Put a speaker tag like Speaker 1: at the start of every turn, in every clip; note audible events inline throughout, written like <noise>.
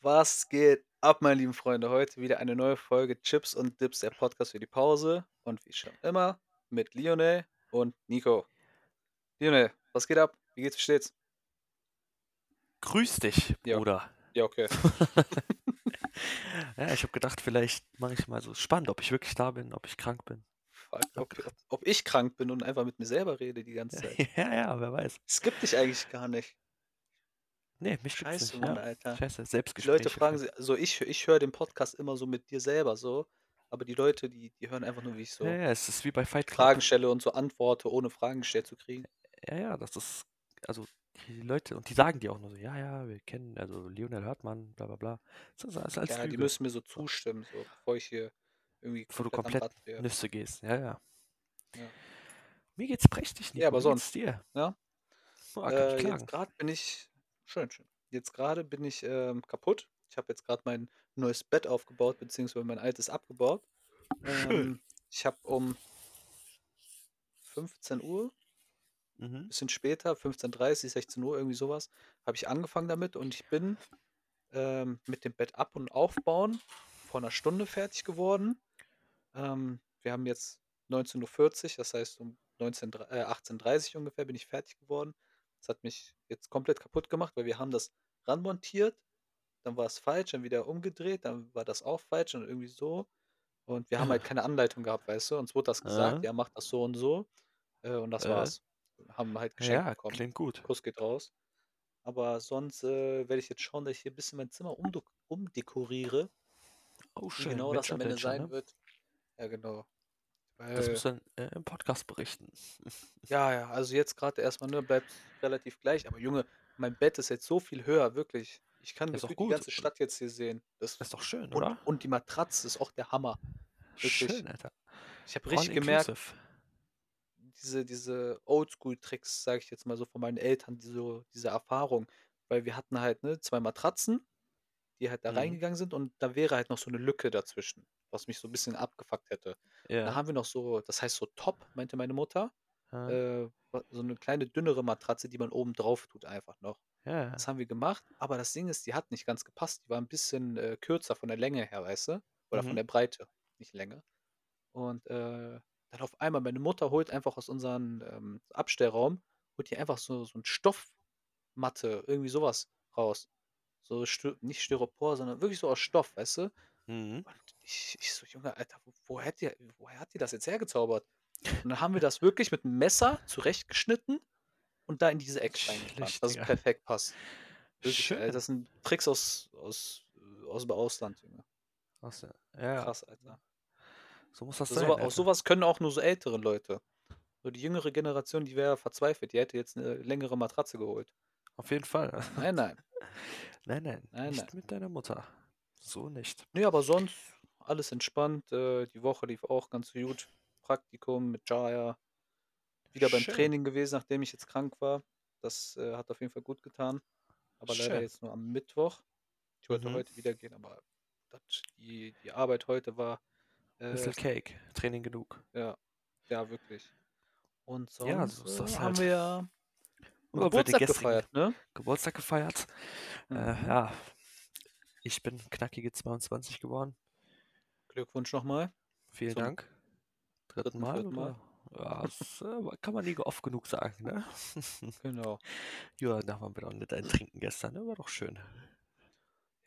Speaker 1: Was geht ab, meine lieben Freunde? Heute wieder eine neue Folge Chips und Dips, der Podcast für die Pause. Und wie schon immer mit Lionel und Nico. Lionel, was geht ab? Wie geht's, wie steht's?
Speaker 2: Grüß dich,
Speaker 1: Ja.
Speaker 2: Bruder.
Speaker 1: Ja, okay.
Speaker 2: Ja, ich habe gedacht, vielleicht mache ich mal so spannend, ob ich wirklich da bin, ob ich krank bin.
Speaker 1: Fuck, ob, ob, ob ich krank bin und einfach mit mir selber rede die ganze Zeit.
Speaker 2: <laughs> Ja, ja, wer weiß.
Speaker 1: Es gibt dich eigentlich gar nicht.
Speaker 2: Nee, mich gibt's
Speaker 1: Scheiße,
Speaker 2: nicht.
Speaker 1: Mann,
Speaker 2: ja.
Speaker 1: Alter.
Speaker 2: Scheiße,
Speaker 1: Die
Speaker 2: Selbstgespräche.
Speaker 1: Leute fragen sich, also ich, ich höre den Podcast immer so mit dir selber so, aber die Leute, die, die hören einfach nur, wie ich so
Speaker 2: Ja, ja, es ist wie bei Fight Club.
Speaker 1: Fragen stelle und so antworte, ohne Fragen gestellt zu kriegen.
Speaker 2: Ja, ja, das ist, also die Leute, und die sagen dir auch nur so, ja, ja, wir kennen, also Lionel Hartmann, bla bla bla. Das ist alles als
Speaker 1: Ja, die
Speaker 2: Lüge.
Speaker 1: müssen mir so zustimmen, so, bevor ich hier irgendwie
Speaker 2: Bevor du
Speaker 1: komplett, am Rad drehe.
Speaker 2: Nüsse gehst, ja, ja.
Speaker 1: Ja.
Speaker 2: Mir geht's prächtig, Nico.
Speaker 1: Ja, aber
Speaker 2: Wie
Speaker 1: sonst,
Speaker 2: geht's dir?
Speaker 1: ja?
Speaker 2: Oh, kann ich
Speaker 1: Äh, jetzt
Speaker 2: klagen.
Speaker 1: gerade bin ich. Schön, schön. Jetzt gerade bin ich ähm, kaputt. Ich habe jetzt gerade mein neues Bett aufgebaut, beziehungsweise mein altes abgebaut.
Speaker 2: Schön.
Speaker 1: Ähm, ich habe um 15 Uhr,
Speaker 2: Mhm.
Speaker 1: bisschen später, 15.30 16 Uhr, irgendwie sowas, habe ich angefangen damit und ich bin ähm, mit dem Bett ab- und aufbauen vor einer Stunde fertig geworden. Ähm, wir haben jetzt 19.40 Uhr, das heißt um 19, dre- äh, 18.30 Uhr ungefähr bin ich fertig geworden. Das hat mich jetzt komplett kaputt gemacht, weil wir haben das ranmontiert, dann war es falsch, dann wieder umgedreht, dann war das auch falsch und irgendwie so. Und wir haben
Speaker 2: Ah.
Speaker 1: halt keine Anleitung gehabt, weißt du? Uns wurde das gesagt,
Speaker 2: Äh,
Speaker 1: ja, macht das so und so. Äh, und das
Speaker 2: äh,
Speaker 1: war's. Haben halt geschenkt
Speaker 2: ja,
Speaker 1: bekommen.
Speaker 2: klingt gut.
Speaker 1: Kuss geht raus. Aber sonst äh, werde ich jetzt schauen, dass ich hier ein bisschen mein Zimmer umdu- umdekoriere.
Speaker 2: Oh,
Speaker 1: Wie
Speaker 2: schön,
Speaker 1: genau das am Ende
Speaker 2: Menschenmanager,
Speaker 1: sein
Speaker 2: ne?
Speaker 1: wird. Ja, genau.
Speaker 2: Das
Speaker 1: Weil,
Speaker 2: musst du dann äh, im Podcast berichten.
Speaker 1: ja, ja, also jetzt gerade erstmal, ne, bleibt relativ gleich. Aber Junge, mein Bett ist jetzt so viel höher, wirklich. Ich kann
Speaker 2: Ja, Ist doch
Speaker 1: gefühlt die
Speaker 2: gut.
Speaker 1: ganze Stadt jetzt hier sehen. Das,
Speaker 2: Ist doch schön,
Speaker 1: und,
Speaker 2: oder?
Speaker 1: und die Matratze ist auch der Hammer. Wirklich.
Speaker 2: Schön, Alter.
Speaker 1: Ich habe
Speaker 2: All
Speaker 1: richtig gemerkt,
Speaker 2: inclusive.
Speaker 1: diese, diese Oldschool-Tricks, sage ich jetzt mal so von meinen Eltern, die so, diese Erfahrung. Weil wir hatten halt, ne, zwei Matratzen. die halt da
Speaker 2: Mhm.
Speaker 1: reingegangen sind und da wäre halt noch so eine Lücke dazwischen, was mich so ein bisschen abgefuckt hätte. Da
Speaker 2: Ja.
Speaker 1: haben wir noch so, das heißt so Top, meinte meine Mutter,
Speaker 2: Ja.
Speaker 1: äh, wa- so eine kleine dünnere Matratze, die man oben drauf tut einfach noch. Das
Speaker 2: ja.
Speaker 1: haben wir gemacht, aber das Ding ist, die hat nicht ganz gepasst, die war ein bisschen äh, kürzer von der Länge her, weißt du, oder von
Speaker 2: Mhm.
Speaker 1: der Breite, nicht Länge. Und äh, dann auf einmal, meine Mutter holt einfach aus unserem ähm, Abstellraum, holt die einfach so, so ein Stoffmatte, irgendwie sowas raus. So Stö nicht Styropor, sondern wirklich so aus Stoff, weißt du?
Speaker 2: Mhm.
Speaker 1: Und ich, ich so, Junge, Alter, wo, wo hat die, woher hat die das jetzt hergezaubert? Und dann haben wir das wirklich mit einem Messer zurechtgeschnitten und da in diese Ecke reingetan,
Speaker 2: Chillig,
Speaker 1: dass es
Speaker 2: Digga.
Speaker 1: perfekt passt. Wirklich, Alter,
Speaker 2: Schön.
Speaker 1: das sind Tricks aus, aus, äh, aus dem Ausland, Junge.
Speaker 2: Aus der- Ja, ja.
Speaker 1: Krass, Alter.
Speaker 2: So muss das
Speaker 1: Das
Speaker 2: sein,
Speaker 1: sowas, aus
Speaker 2: Alter.
Speaker 1: sowas können auch nur so ältere Leute. So die jüngere Generation, die wäre verzweifelt. Die hätte jetzt eine längere Matratze geholt.
Speaker 2: Auf
Speaker 1: <laughs>
Speaker 2: jeden Fall.
Speaker 1: Nein, nein,
Speaker 2: Nein, nein.
Speaker 1: nein, nein.
Speaker 2: Nicht mit deiner Mutter. So nicht.
Speaker 1: Nee, Ne, aber sonst alles entspannt. Äh, die Woche lief auch ganz gut. Praktikum mit Jaya. Wieder beim
Speaker 2: Schön.
Speaker 1: Training gewesen, nachdem ich jetzt krank war. Das äh, hat auf jeden Fall gut getan. Aber leider
Speaker 2: Schön.
Speaker 1: jetzt nur am Mittwoch. Ich wollte
Speaker 2: Mhm.
Speaker 1: heute wieder gehen, aber das, die, die Arbeit heute war äh,
Speaker 2: Little Cake. Training genug.
Speaker 1: ja, ja, wirklich. Und
Speaker 2: Ja,
Speaker 1: sonst
Speaker 2: so
Speaker 1: äh,
Speaker 2: ist das
Speaker 1: haben
Speaker 2: halt.
Speaker 1: wir ja
Speaker 2: Nur über den
Speaker 1: Geburtstag
Speaker 2: gestrigen
Speaker 1: gefeiert, ne?
Speaker 2: Geburtstag gefeiert. Äh,
Speaker 1: Mhm.
Speaker 2: ja, ich bin knackige 22 geworden.
Speaker 1: Glückwunsch
Speaker 2: <laughs>
Speaker 1: nochmal
Speaker 2: Vielen
Speaker 1: zum
Speaker 2: Dank. Dritten
Speaker 1: dritten,
Speaker 2: Mal,
Speaker 1: vierten Mal.
Speaker 2: oder? Ja, das äh, kann man nie oft genug sagen, ne?
Speaker 1: Genau.
Speaker 2: ja, da waren wir auch nicht ein Trinken gestern, ne? War doch schön.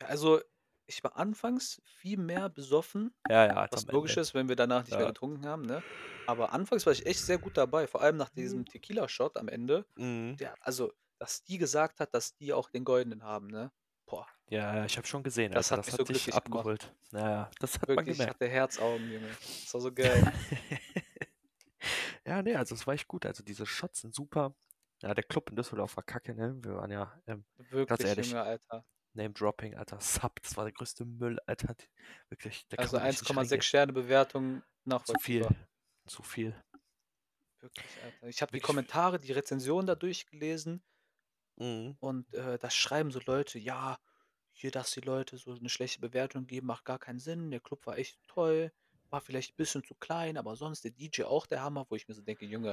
Speaker 1: Ja, also ich war anfangs viel mehr besoffen,
Speaker 2: Ja, ja, jetzt
Speaker 1: was
Speaker 2: am
Speaker 1: logisch
Speaker 2: Ende.
Speaker 1: ist, wenn wir danach nicht mehr
Speaker 2: Ja.
Speaker 1: getrunken haben, ne? Aber anfangs war ich echt sehr gut dabei, vor allem nach diesem Tequila-Shot am Ende.
Speaker 2: Mhm.
Speaker 1: Der, also, dass die gesagt hat, dass die auch den goldenen haben, ne? Boah,
Speaker 2: Ja, ja, ich habe schon gesehen,
Speaker 1: das
Speaker 2: Alter.
Speaker 1: hat
Speaker 2: Das
Speaker 1: mich so
Speaker 2: hat dich
Speaker 1: glücklich gemacht.
Speaker 2: abgeholt. Naja, das hat man
Speaker 1: Wirklich, ich
Speaker 2: gemerkt.
Speaker 1: hatte Herzaugen, Junge. Das
Speaker 2: <laughs>
Speaker 1: war so geil.
Speaker 2: ja, nee, also es war echt gut. Also diese Shots sind super. Ja, der Club in Düsseldorf war kacke, ne? Wir waren ja, ähm, ganz
Speaker 1: Wirklich,
Speaker 2: ehrlich,
Speaker 1: Junge, Alter.
Speaker 2: Name-Dropping, Alter. Sub, das war der größte Müll, Alter. Die- Wirklich, da kann
Speaker 1: Also
Speaker 2: man echt nicht
Speaker 1: 1,6
Speaker 2: reingehen.
Speaker 1: Sterne Bewertung
Speaker 2: Zu viel.
Speaker 1: nachvollziehbar.
Speaker 2: Zu viel.
Speaker 1: Wirklich, Alter. Ich habe die
Speaker 2: Wirklich.
Speaker 1: Kommentare, die Rezensionen da durchgelesen
Speaker 2: Mhm.
Speaker 1: und äh, da schreiben so Leute, ja, hier, dass die Leute so eine schlechte Bewertung geben, macht gar keinen Sinn. Der Club war echt toll, war vielleicht ein bisschen zu klein, aber sonst der DJ auch der Hammer, wo ich mir so denke, Junge.
Speaker 2: Der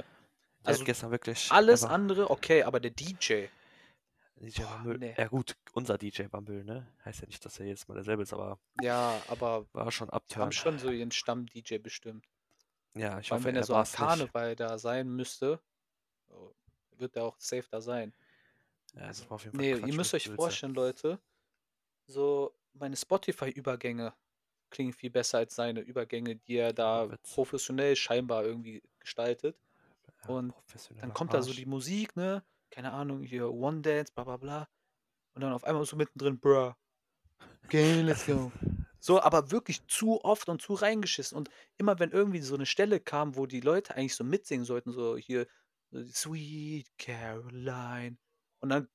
Speaker 2: hat
Speaker 1: Also
Speaker 2: gestern wirklich, der
Speaker 1: alles
Speaker 2: war,
Speaker 1: andere okay, aber der DJ.
Speaker 2: DJ
Speaker 1: Boah,
Speaker 2: Bumble.
Speaker 1: nee.
Speaker 2: Ja gut, unser DJ Bumble, ne? Heißt ja nicht, dass er jedes Mal derselbe ist, aber
Speaker 1: Ja, aber
Speaker 2: war schon
Speaker 1: die haben
Speaker 2: abturn.
Speaker 1: schon so ihren Stamm-DJ bestimmt.
Speaker 2: Ja, ich
Speaker 1: Vor allem,
Speaker 2: hoffe,
Speaker 1: wenn er, so am
Speaker 2: war's nicht.
Speaker 1: Karneval da sein müsste, oh, wird er auch safe da sein.
Speaker 2: Ja, das war auf jeden Fall
Speaker 1: Nee,
Speaker 2: Quatsch
Speaker 1: ihr müsst
Speaker 2: mit
Speaker 1: euch
Speaker 2: Blödsinn.
Speaker 1: vorstellen, Leute, so meine Spotify-Übergänge klingen viel besser als seine Übergänge, die er da
Speaker 2: Witz.
Speaker 1: professionell scheinbar irgendwie gestaltet.
Speaker 2: Ja,
Speaker 1: Und
Speaker 2: professioneller
Speaker 1: dann kommt da so
Speaker 2: Arsch.
Speaker 1: die Musik, ne? Keine Ahnung, hier One Dance, bla bla bla. Und dann auf einmal so mittendrin, bruh.
Speaker 2: <laughs>
Speaker 1: Okay, let's go. So, aber wirklich zu oft und zu reingeschissen. Und immer wenn irgendwie so eine Stelle kam, wo die Leute eigentlich so mitsingen sollten, so hier so die Sweet Caroline. Und dann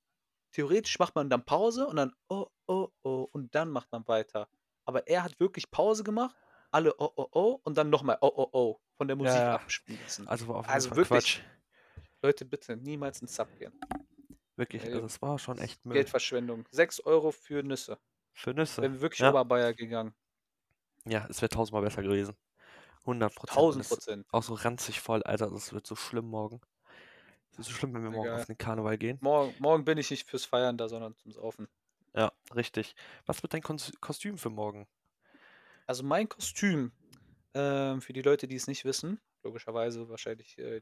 Speaker 1: theoretisch macht man dann Pause und dann oh, oh, oh. Und dann macht man weiter. Aber er hat wirklich Pause gemacht, alle oh, oh, oh. Und dann nochmal oh, oh, oh. Von der Musik
Speaker 2: ja.
Speaker 1: abspielen.
Speaker 2: Also war auf jeden
Speaker 1: Also
Speaker 2: Fall
Speaker 1: wirklich-
Speaker 2: Quatsch.
Speaker 1: Leute, bitte niemals ins Sub gehen.
Speaker 2: Wirklich,
Speaker 1: Ey,
Speaker 2: also es war schon echt Müll.
Speaker 1: Geldverschwendung. 6 Euro für Nüsse.
Speaker 2: Für Nüsse.
Speaker 1: Wenn wir wirklich
Speaker 2: ja.
Speaker 1: Oberbayer gegangen.
Speaker 2: ja, es wäre tausendmal besser gewesen. 100 Prozent.
Speaker 1: 1000 Prozent.
Speaker 2: Auch so ranzig voll, Alter, das wird so schlimm morgen. Es wird so schlimm, wenn wir morgen
Speaker 1: Egal.
Speaker 2: auf den Karneval gehen.
Speaker 1: Morgen, morgen bin ich nicht fürs Feiern da, sondern zum Saufen.
Speaker 2: Ja, richtig. Was wird dein Kons Kostüm für morgen?
Speaker 1: Also mein Kostüm, ähm, für die Leute, die es nicht wissen, logischerweise wahrscheinlich, äh,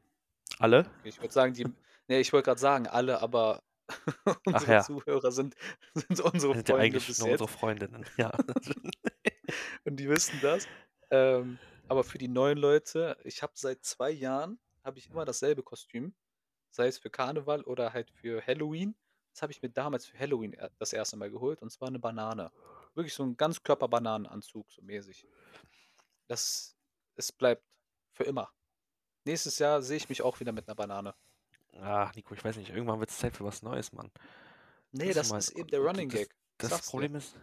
Speaker 2: Alle?
Speaker 1: ich würde sagen, die, <laughs> nee, ich wollte gerade sagen, alle, aber <laughs> unsere
Speaker 2: ja.
Speaker 1: Zuhörer sind, <laughs> sind unsere
Speaker 2: Das sind ja
Speaker 1: Freunde
Speaker 2: eigentlich
Speaker 1: bis
Speaker 2: nur
Speaker 1: jetzt
Speaker 2: unsere Freundinnen. Ja. <laughs>
Speaker 1: und die wissen das. Ähm, aber für die neuen Leute, ich habe seit zwei Jahren, habe ich immer dasselbe Kostüm, sei es für Karneval oder halt für Halloween. Das habe ich mir damals für Halloween er- das erste Mal geholt und zwar eine Banane. Wirklich so ein Ganzkörper-Bananenanzug, so mäßig. Das, es bleibt für immer. Nächstes Jahr sehe ich mich auch wieder mit einer Banane.
Speaker 2: Ach, Ah, Nico, ich weiß nicht. Irgendwann wird es Zeit für was Neues, Mann.
Speaker 1: Nee,
Speaker 2: Das
Speaker 1: das
Speaker 2: mal-
Speaker 1: ist eben der
Speaker 2: und
Speaker 1: Running
Speaker 2: das-
Speaker 1: Gag. Ich
Speaker 2: Das
Speaker 1: sag's dir.
Speaker 2: Problem ist,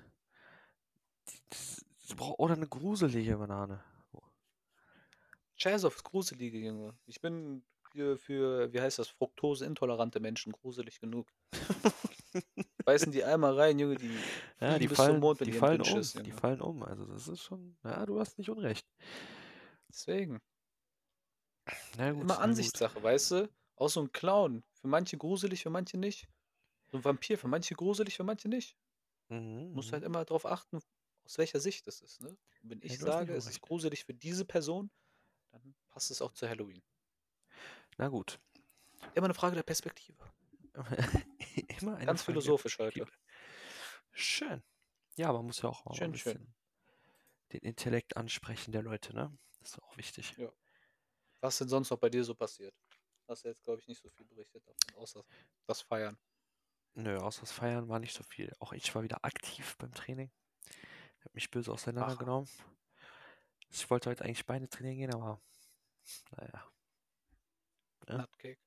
Speaker 2: die- das, sie braucht- oder eine gruselige Banane.
Speaker 1: Chazov ist gruselige Junge. Ich bin für, für wie heißt das, fruktoseintolerante Menschen gruselig genug. Beißen die einmal rein, Junge, die
Speaker 2: Ja,
Speaker 1: fliegen
Speaker 2: die
Speaker 1: bis zum
Speaker 2: fallen,
Speaker 1: Mond mit
Speaker 2: die
Speaker 1: ihrem
Speaker 2: fallen
Speaker 1: dünnen
Speaker 2: um,
Speaker 1: Schiss,
Speaker 2: die
Speaker 1: Junge.
Speaker 2: fallen um. Also das ist schon, ja, du hast nicht unrecht.
Speaker 1: Deswegen.
Speaker 2: Na gut,
Speaker 1: Immer
Speaker 2: na gut.
Speaker 1: Ansichtssache, weißt du? Auch so ein Clown. Für manche gruselig, für manche nicht. So ein Vampir, für manche gruselig, für manche nicht.
Speaker 2: Mhm,
Speaker 1: Muss
Speaker 2: mhm.
Speaker 1: halt immer darauf achten, aus welcher Sicht es ist, ne? Und wenn
Speaker 2: Ja,
Speaker 1: ich
Speaker 2: du hast nicht
Speaker 1: sage, es ist
Speaker 2: unrecht.
Speaker 1: gruselig für diese Person, dann passt es auch zu Halloween.
Speaker 2: Na gut. <laughs>
Speaker 1: Immer eine Frage der Perspektive.
Speaker 2: Immer
Speaker 1: Ganz
Speaker 2: eine Frage der
Speaker 1: philosophisch halt, heute.
Speaker 2: Perspektive. Schön. Ja, man muss ja auch mal ein
Speaker 1: Schön, schön.
Speaker 2: bisschen den Intellekt ansprechen der Leute, ne? Das ist auch wichtig.
Speaker 1: Ja. Was denn sonst noch bei dir so passiert? Hast du jetzt, glaube ich, nicht so viel berichtet davon, außer das Feiern.
Speaker 2: Nö, außer das Feiern war nicht so viel. Auch ich war wieder aktiv beim Training. Hab mich böse
Speaker 1: Ach,
Speaker 2: auseinandergenommen. Ich wollte heute eigentlich Beine trainieren gehen, aber naja, Ja.
Speaker 1: Nutcake.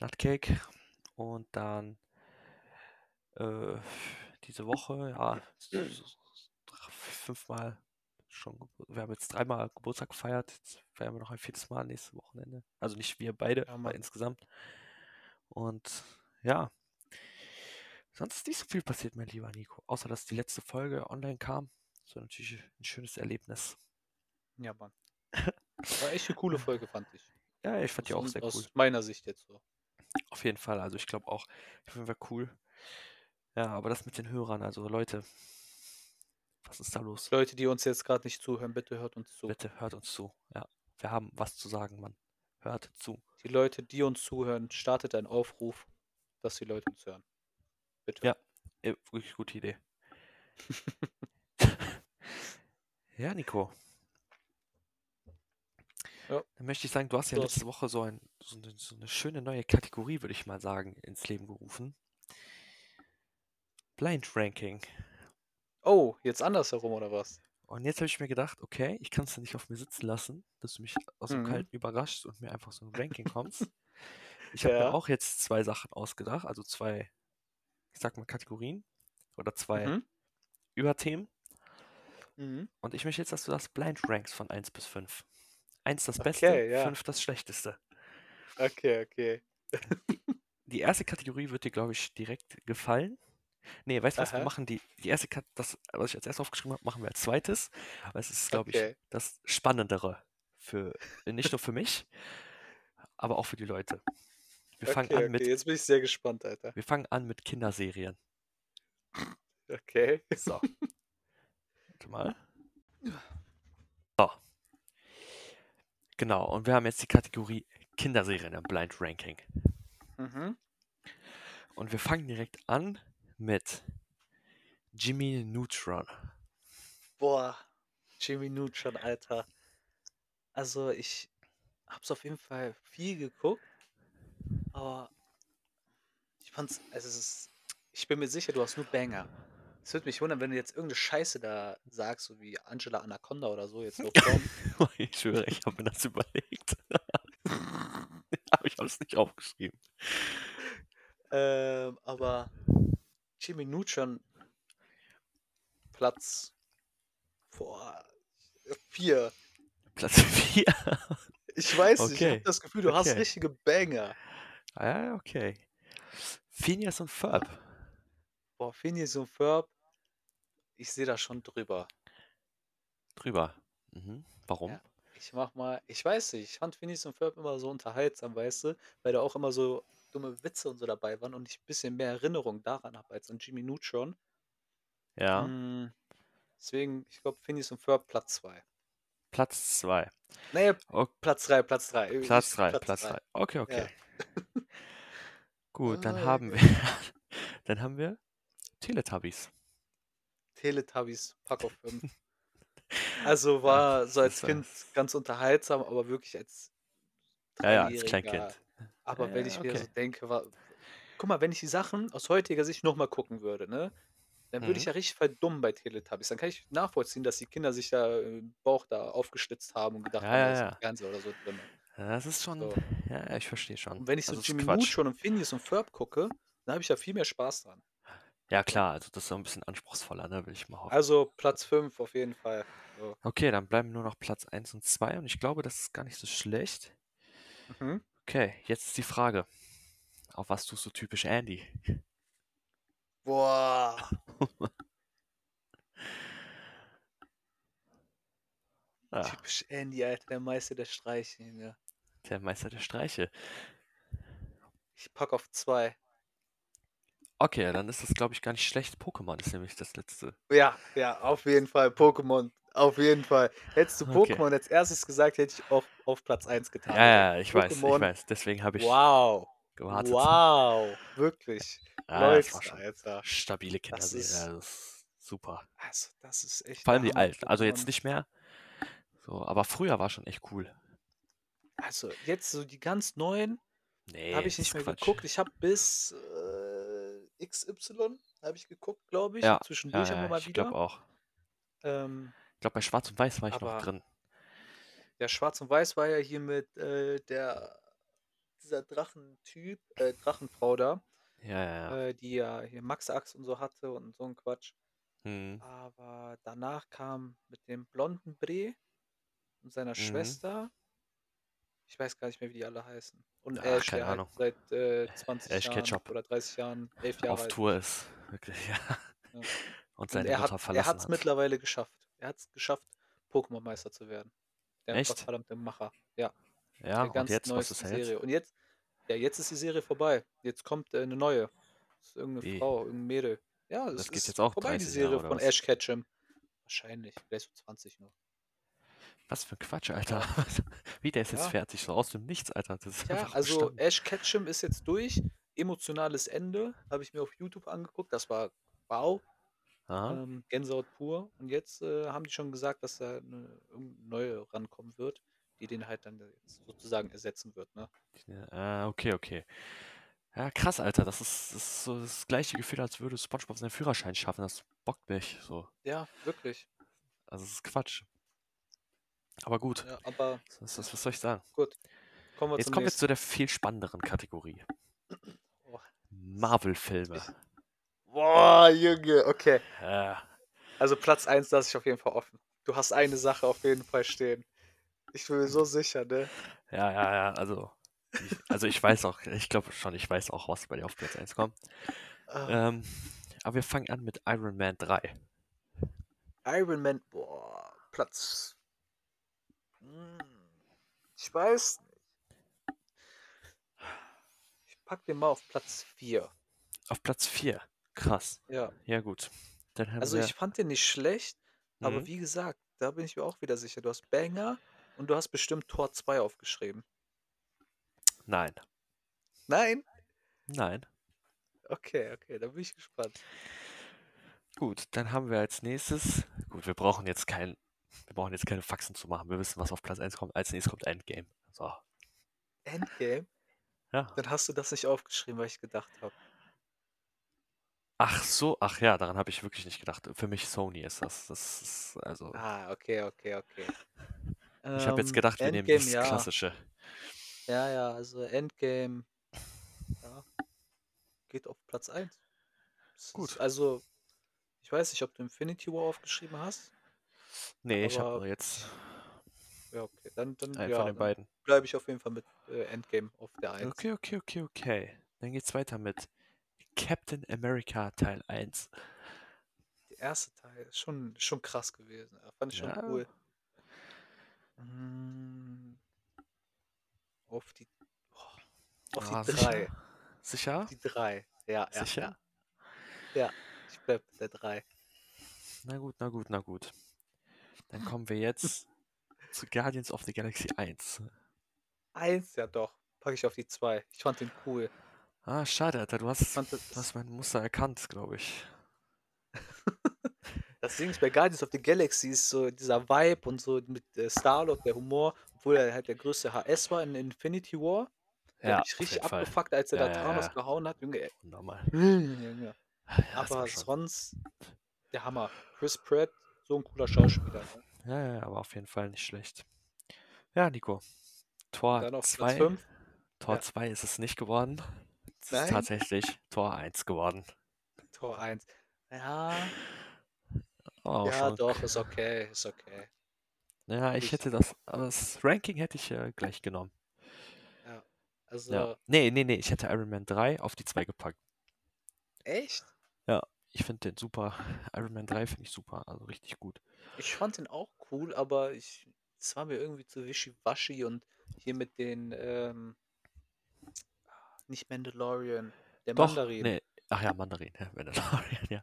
Speaker 2: Nutcake. Und dann äh, diese Woche, ja, s- s- dr- fünfmal schon. Gebur- Wir haben jetzt dreimal Geburtstag gefeiert. Jetzt feiern wir noch ein viertes Mal nächstes Wochenende. Also nicht wir beide,
Speaker 1: Ja,
Speaker 2: aber
Speaker 1: Mann.
Speaker 2: insgesamt. Und ja, sonst ist nicht so viel passiert, mein lieber Nico. Außer, dass die letzte Folge online kam. Das war natürlich ein schönes Erlebnis.
Speaker 1: Ja, Mann. War echt eine
Speaker 2: <laughs>
Speaker 1: coole Folge, fand ich.
Speaker 2: Ja, ich fand die
Speaker 1: Aus,
Speaker 2: auch
Speaker 1: un-
Speaker 2: sehr cool.
Speaker 1: aus meiner Sicht jetzt so.
Speaker 2: Auf jeden Fall. Also ich glaube auch, auf jeden Fall cool. Ja, aber das mit den Hörern, also Leute, was ist da los?
Speaker 1: Leute, die uns jetzt gerade nicht zuhören, bitte hört uns zu.
Speaker 2: Bitte hört uns zu. Ja, wir haben was zu sagen, Mann. Hört zu.
Speaker 1: Die Leute, die uns zuhören, startet einen Aufruf, dass die Leute uns hören. Bitte.
Speaker 2: Ja. Äh, wirklich gute Idee. <laughs> Ja, Nico.
Speaker 1: Ja.
Speaker 2: Dann möchte ich sagen, du hast ja
Speaker 1: Du hast-
Speaker 2: letzte Woche so, ein, so, eine, so eine schöne neue Kategorie, würde ich mal sagen, ins Leben gerufen. Blind Ranking.
Speaker 1: Oh, jetzt andersherum oder was?
Speaker 2: Und jetzt habe ich mir gedacht, okay, ich kann es nicht auf mir sitzen lassen, dass du mich aus dem
Speaker 1: Mhm.
Speaker 2: Kalten überraschst und mir einfach so ein Ranking kommst. Ich habe
Speaker 1: Ja.
Speaker 2: mir auch jetzt zwei Sachen ausgedacht, also zwei, ich sag mal, Kategorien oder zwei
Speaker 1: Mhm.
Speaker 2: Überthemen.
Speaker 1: Mhm.
Speaker 2: Und ich möchte jetzt, dass du das Blind Ranks von 1 bis 5. 1 das Beste,
Speaker 1: Okay, ja.
Speaker 2: 5 das Schlechteste.
Speaker 1: Okay, okay.
Speaker 2: Die erste Kategorie wird dir, glaube ich, direkt gefallen. Nee, weißt du was, wir
Speaker 1: Aha.
Speaker 2: machen die, die erste Kat das, was ich als erstes aufgeschrieben habe, machen wir als zweites. Aber es ist, glaube ich,
Speaker 1: Okay.
Speaker 2: das äh, Spannendere für, nicht nur für mich, aber auch für die Leute. Wir fangen
Speaker 1: okay,
Speaker 2: an
Speaker 1: okay,
Speaker 2: mit
Speaker 1: jetzt bin ich sehr gespannt, Alter.
Speaker 2: wir fangen an mit Kinderserien.
Speaker 1: Okay.
Speaker 2: So. Warte mal. So. Genau, und wir haben jetzt die Kategorie Kinderserien im Blind Ranking.
Speaker 1: Mhm.
Speaker 2: Und wir fangen direkt an mit Jimmy Neutron. <laughs>
Speaker 1: Boah, Jimmy Neutron, Alter. Also ich hab's auf jeden Fall viel geguckt, aber ich fand's, also es ist, ich bin mir sicher, du hast nur Banger. Es würde mich wundern, wenn du jetzt irgendeine Scheiße da sagst, so wie Angela Anaconda oder so
Speaker 2: <laughs>
Speaker 1: jetzt hochkommt.
Speaker 2: Ich schwöre, ich habe mir das überlegt. <laughs> Aber ich habe es nicht aufgeschrieben.
Speaker 1: Ähm, aber Jimmy Neutron Platz boah, vier.
Speaker 2: Platz 4.
Speaker 1: Ich weiß nicht, ich
Speaker 2: Okay.
Speaker 1: habe das Gefühl, du hast
Speaker 2: Okay.
Speaker 1: richtige Banger.
Speaker 2: Ah Ja, okay. Phineas und Ferb.
Speaker 1: Boah, Phineas und Ferb, ich sehe da schon drüber.
Speaker 2: Drüber. Mhm. Warum?
Speaker 1: Ja. Ich mach mal, ich weiß nicht, ich fand Phineas und Ferb immer so unterhaltsam, weißt du, weil da auch immer so dumme Witze und so dabei waren und ich ein bisschen mehr Erinnerung daran habe als an Jimmy Neutron.
Speaker 2: Ja.
Speaker 1: Mm, Deswegen, ich glaube, Phineas und Ferb Platz 2.
Speaker 2: Platz 2.
Speaker 1: Naja,
Speaker 2: Okay.
Speaker 1: Platz 3, Platz 3.
Speaker 2: Platz 3, Platz 3. Okay, okay. <laughs> Gut, dann
Speaker 1: Ah,
Speaker 2: haben wir <laughs> dann haben wir Teletubbies.
Speaker 1: Teletubbies, Pack auf
Speaker 2: <laughs>
Speaker 1: 5. Also war so als
Speaker 2: das war-
Speaker 1: Kind ganz unterhaltsam, aber wirklich als
Speaker 2: Ja, ja, als
Speaker 1: Dreijähriger.
Speaker 2: Kleinkind.
Speaker 1: Aber wenn
Speaker 2: Ja,
Speaker 1: ich mir so
Speaker 2: okay.
Speaker 1: denke, war, guck mal, wenn ich die Sachen aus heutiger Sicht nochmal gucken würde, ne, dann würde ich
Speaker 2: Mhm.
Speaker 1: ja richtig verdummen bei Teletubbies. Dann kann ich nachvollziehen, dass die Kinder sich da im Bauch da aufgeschlitzt haben und gedacht
Speaker 2: Ja,
Speaker 1: haben, da
Speaker 2: ja,
Speaker 1: ist ein
Speaker 2: ja.
Speaker 1: Fernseher oder so drin.
Speaker 2: Ja, Das ist schon.
Speaker 1: So.
Speaker 2: Ja, ja, ich verstehe schon.
Speaker 1: Und wenn ich so
Speaker 2: Also es ist
Speaker 1: Jimmy
Speaker 2: Quatsch.
Speaker 1: Neutron und Phineas und Ferb gucke, dann habe ich ja viel mehr Spaß dran.
Speaker 2: Ja, klar, also das ist so ein bisschen anspruchsvoller, ne, will ich mal hoffen.
Speaker 1: Also Platz 5 auf jeden Fall. So.
Speaker 2: Okay, dann bleiben nur noch Platz 1 und 2 und ich glaube, das ist gar nicht so schlecht.
Speaker 1: Mhm.
Speaker 2: Okay, jetzt ist die Frage. Auf was tust du typisch Andy? <laughs>
Speaker 1: Boah.
Speaker 2: Ah,
Speaker 1: Typisch Andy, Alter, der Meister der Streiche. Junge.
Speaker 2: der Meister der Streiche.
Speaker 1: Ich pack auf zwei.
Speaker 2: Okay, dann ist das, glaube ich, gar nicht schlecht. Pokémon ist nämlich das letzte.
Speaker 1: Ja, ja, auf jeden Fall. Pokémon. Auf jeden Fall. Hättest du
Speaker 2: Okay.
Speaker 1: Pokémon als erstes gesagt, hätte ich auch auf Platz 1 getan.
Speaker 2: Ja, ja, ich weiß, ich
Speaker 1: Pokémon.
Speaker 2: weiß. Deswegen habe ich
Speaker 1: Wow.
Speaker 2: gewartet.
Speaker 1: Wow. Wirklich.
Speaker 2: Ah, das war
Speaker 1: Läuft,
Speaker 2: schon
Speaker 1: Alter.
Speaker 2: stabile
Speaker 1: Das
Speaker 2: Kinderserie.
Speaker 1: ist-
Speaker 2: Das ist super.
Speaker 1: Also, das ist echt.
Speaker 2: Vor allem
Speaker 1: der
Speaker 2: die
Speaker 1: Hammer,
Speaker 2: alten. Also jetzt
Speaker 1: Pokémon.
Speaker 2: nicht mehr. So, aber früher war schon echt cool.
Speaker 1: Also, jetzt so die ganz neuen
Speaker 2: Nee,
Speaker 1: habe
Speaker 2: das
Speaker 1: ich nicht
Speaker 2: ist
Speaker 1: mehr
Speaker 2: Quatsch.
Speaker 1: geguckt. Ich habe bis äh, XY habe ich geguckt, glaube ich.
Speaker 2: Ja, ja,
Speaker 1: Zwischendurch immer
Speaker 2: ja
Speaker 1: mal
Speaker 2: ich glaube
Speaker 1: wieder.
Speaker 2: auch.
Speaker 1: Ähm,
Speaker 2: Ich glaube, bei Schwarz und Weiß war ich noch
Speaker 1: Aber-
Speaker 2: drin.
Speaker 1: Ja, Schwarz und Weiß war ja hier mit äh, der dieser Drachentyp, äh, Drachenfrau da,
Speaker 2: Ja, ja, ja.
Speaker 1: äh, die ja hier Max-Axt und so hatte und so ein Quatsch.
Speaker 2: Hm.
Speaker 1: Aber danach kam mit dem blonden Bree und seiner
Speaker 2: Mhm.
Speaker 1: Schwester, ich weiß gar nicht mehr, wie die alle heißen. Und
Speaker 2: Ach,
Speaker 1: Ash,
Speaker 2: Ah, keine
Speaker 1: der halt
Speaker 2: Ahnung.
Speaker 1: seit äh, 20
Speaker 2: Ash
Speaker 1: Jahren
Speaker 2: Ketchum.
Speaker 1: oder 30 Jahren, 11 Jahre
Speaker 2: Auf
Speaker 1: alt
Speaker 2: Tour
Speaker 1: ist.
Speaker 2: ist. Wirklich, <laughs> ja.
Speaker 1: Ja.
Speaker 2: Und
Speaker 1: Und
Speaker 2: seine
Speaker 1: er
Speaker 2: Mutter
Speaker 1: hat er
Speaker 2: verlassen
Speaker 1: hat's
Speaker 2: hat.
Speaker 1: mittlerweile geschafft. Er hat's geschafft, Pokémon-Meister zu werden. Der
Speaker 2: Echt?
Speaker 1: verdammte Macher. Ja.
Speaker 2: Ja,
Speaker 1: der
Speaker 2: und
Speaker 1: ganz
Speaker 2: jetzt? Was ist
Speaker 1: neuesten
Speaker 2: er jetzt?
Speaker 1: Serie. Und jetzt, ja, jetzt ist die Serie vorbei. Jetzt kommt äh, eine neue. Das ist irgendeine
Speaker 2: Wie?
Speaker 1: Frau, irgendein Mädel. Ja, es
Speaker 2: Das geht
Speaker 1: ist
Speaker 2: jetzt auch
Speaker 1: vorbei, die
Speaker 2: 30 Jahre
Speaker 1: Serie
Speaker 2: oder
Speaker 1: von
Speaker 2: was?
Speaker 1: Ash Ketchum. Wahrscheinlich, vielleicht so 20 noch.
Speaker 2: Was für ein Quatsch, Alter. <laughs> Wie, der ist jetzt
Speaker 1: Ja,
Speaker 2: fertig. So aus dem Nichts, Alter. Das ist
Speaker 1: ja
Speaker 2: einfach
Speaker 1: also
Speaker 2: gestorben.
Speaker 1: Ash Ketchum ist jetzt durch. Emotionales Ende habe ich mir auf YouTube angeguckt. Das war wow.
Speaker 2: Aha.
Speaker 1: Ähm, Gänsehaut pur. Und jetzt äh, haben die schon gesagt, dass da eine irgendeine neue rankommen wird, die den halt dann jetzt sozusagen ersetzen wird. Ne?
Speaker 2: Ja, ah, okay, okay. Ja, krass, Alter. Das ist, das ist so das gleiche Gefühl, als würde SpongeBob seinen Führerschein schaffen. Das bockt mich so.
Speaker 1: Ja, wirklich.
Speaker 2: Also, das ist Quatsch. Aber gut.
Speaker 1: Ja, aber
Speaker 2: Was, was, was soll ich sagen?
Speaker 1: gut. Kommen wir
Speaker 2: Jetzt
Speaker 1: zum
Speaker 2: kommen wir
Speaker 1: nächsten.
Speaker 2: zu der viel spannenderen Kategorie:
Speaker 1: Oh,
Speaker 2: Marvel-Filme.
Speaker 1: Ich- Boah, Junge, okay.
Speaker 2: Äh,
Speaker 1: Also Platz 1 lasse ich auf jeden Fall offen. Du hast eine Sache auf jeden Fall stehen. Ich bin mir so sicher, ne?
Speaker 2: ja, ja, ja. Also, ich, also ich weiß auch, ich glaube schon, ich weiß auch, was bei dir auf Platz 1 kommt.
Speaker 1: Ah,
Speaker 2: Ähm, aber wir fangen an mit Iron Man 3.
Speaker 1: Iron Man, boah, Platz. Hm, Ich weiß, pack den mal auf Platz 4.
Speaker 2: Auf Platz 4. Krass.
Speaker 1: Ja.
Speaker 2: Ja, gut. Dann haben
Speaker 1: Also
Speaker 2: wir.
Speaker 1: ich fand den nicht schlecht, aber
Speaker 2: Mhm.
Speaker 1: wie gesagt, da bin ich mir auch wieder sicher. Du hast Banger und du hast bestimmt Tor 2 aufgeschrieben.
Speaker 2: Nein.
Speaker 1: Nein?
Speaker 2: Nein.
Speaker 1: Okay, okay, da bin ich gespannt.
Speaker 2: Gut, dann haben wir als nächstes. Gut, wir brauchen jetzt kein. Wir brauchen jetzt keine Faxen zu machen. Wir wissen, was auf Platz 1 kommt. Als nächstes kommt Endgame. So.
Speaker 1: Endgame?
Speaker 2: Ja.
Speaker 1: Dann hast du das nicht aufgeschrieben, weil ich gedacht habe.
Speaker 2: Ach so, ach ja, daran habe ich wirklich nicht gedacht. Für mich Sony ist das. Das ist also.
Speaker 1: Ah, okay, okay, okay.
Speaker 2: Ich habe jetzt
Speaker 1: Ähm,
Speaker 2: gedacht, wir nehmen
Speaker 1: Endgame,
Speaker 2: das
Speaker 1: ja.
Speaker 2: klassische.
Speaker 1: Ja, ja, also Endgame ja, geht auf Platz 1.
Speaker 2: Gut.
Speaker 1: Also, ich weiß nicht, ob du Infinity War aufgeschrieben hast.
Speaker 2: Nee, ich
Speaker 1: Aber-
Speaker 2: habe jetzt
Speaker 1: Ja, okay. Dann, dann,
Speaker 2: einen
Speaker 1: ja,
Speaker 2: von den
Speaker 1: dann
Speaker 2: beiden.
Speaker 1: bleibe ich auf jeden Fall mit äh, Endgame auf der 1.
Speaker 2: Okay, okay, okay, okay. Dann geht's weiter mit Captain America Teil 1.
Speaker 1: Der erste Teil ist schon, schon krass gewesen. ja, Fand ich schon
Speaker 2: Ja.
Speaker 1: cool. Mm, Auf die, boah, auf
Speaker 2: Ah,
Speaker 1: die 3.
Speaker 2: Sicher?
Speaker 1: Die 3. Ja, ja,
Speaker 2: Sicher?
Speaker 1: ja. Ich bleib mit der 3.
Speaker 2: Na gut, na gut, na gut. Dann kommen
Speaker 1: <laughs>
Speaker 2: wir jetzt zu Guardians of the Galaxy 1.
Speaker 1: 1, ja doch. Packe ich auf die 2. Ich fand den cool.
Speaker 2: Ah, schade, Alter, du hast,
Speaker 1: Ich
Speaker 2: du
Speaker 1: fand das,
Speaker 2: hast mein Muster erkannt, glaube ich.
Speaker 1: Das Ding ist bei Guardians of the Galaxy ist so dieser Vibe und so mit äh, Star-Lord, der Humor, obwohl er halt der größte HS war in Infinity War. Der hat mich
Speaker 2: auf
Speaker 1: richtig
Speaker 2: jeden Fall.
Speaker 1: abgefuckt, als er
Speaker 2: Ja,
Speaker 1: da
Speaker 2: ja,
Speaker 1: Thanos
Speaker 2: ja.
Speaker 1: gehauen hat. Junge, ey.
Speaker 2: Nochmal.
Speaker 1: Junge.
Speaker 2: Ja, das war
Speaker 1: aber
Speaker 2: schon-
Speaker 1: sonst der Hammer. Chris Pratt, so ein cooler Schauspieler. Ne?
Speaker 2: Ja, ja, aber auf jeden Fall nicht schlecht. Ja, Nico. Tor
Speaker 1: Dann auf Platz
Speaker 2: 2.
Speaker 1: 5.
Speaker 2: Tor
Speaker 1: Ja.
Speaker 2: 2 ist es nicht geworden. Es
Speaker 1: Nein.
Speaker 2: ist tatsächlich Tor 1 geworden.
Speaker 1: Tor 1. Ja,
Speaker 2: Oh,
Speaker 1: ja
Speaker 2: schon.
Speaker 1: doch, ist okay, ist okay.
Speaker 2: Ja,
Speaker 1: Ich-
Speaker 2: ich hätte das, aber das Ranking hätte ich äh, gleich genommen.
Speaker 1: Also,
Speaker 2: Ja. Nee, nee, nee, ich hätte Iron Man 3 auf die 2 gepackt.
Speaker 1: echt?
Speaker 2: Ich finde den super. <laughs> Iron Man 3 finde ich super, also richtig gut.
Speaker 1: Ich fand den auch cool, aber ich, es war mir irgendwie zu wischiwaschi und hier mit den, ähm, nicht Mandalorian, der
Speaker 2: Doch,
Speaker 1: Mandarin.
Speaker 2: nee. Ach ja, Mandarin, ja, <laughs> Mandalorian, ja.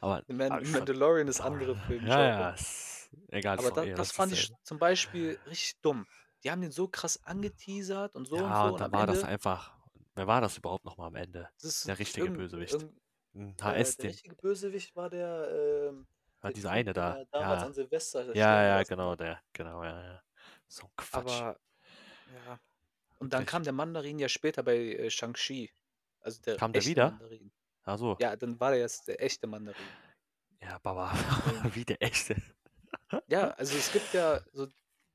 Speaker 2: Aber
Speaker 1: Der Man
Speaker 2: ah, ich fand-
Speaker 1: Mandalorian ist andere Film.
Speaker 2: Ja, ja, ist, egal.
Speaker 1: Aber
Speaker 2: ist doch
Speaker 1: da,
Speaker 2: eh
Speaker 1: das fand ich
Speaker 2: dasselbe.
Speaker 1: zum Beispiel richtig dumm. Die haben den so krass angeteasert und so und
Speaker 2: Ja,
Speaker 1: so.
Speaker 2: und dann
Speaker 1: am
Speaker 2: war das
Speaker 1: Ende,
Speaker 2: einfach. Wer war das überhaupt nochmal am Ende? Hm,
Speaker 1: das ist
Speaker 2: der richtige
Speaker 1: irgend-
Speaker 2: Bösewicht.
Speaker 1: irgend-
Speaker 2: Ein
Speaker 1: Äh,
Speaker 2: HS,
Speaker 1: der
Speaker 2: den,
Speaker 1: richtige Bösewicht war der, ähm,
Speaker 2: ah,
Speaker 1: der
Speaker 2: dieser
Speaker 1: Typ,
Speaker 2: eine da.
Speaker 1: der damals
Speaker 2: Ja,
Speaker 1: an Silvester
Speaker 2: ja,
Speaker 1: gestorben
Speaker 2: ja,
Speaker 1: ist.
Speaker 2: genau, der, genau, ja, ja. So ein Quatsch.
Speaker 1: Aber, ja. Und dann
Speaker 2: Wirklich.
Speaker 1: kam der Mandarin ja später bei äh, Shang-Chi. Also der
Speaker 2: Kam der
Speaker 1: echte
Speaker 2: wieder?
Speaker 1: Mandarin.
Speaker 2: Ach so,
Speaker 1: Ja, dann war der jetzt der echte Mandarin.
Speaker 2: ja, Baba,
Speaker 1: Deswegen-
Speaker 2: <laughs> wie der echte.
Speaker 1: Ja, also es gibt ja so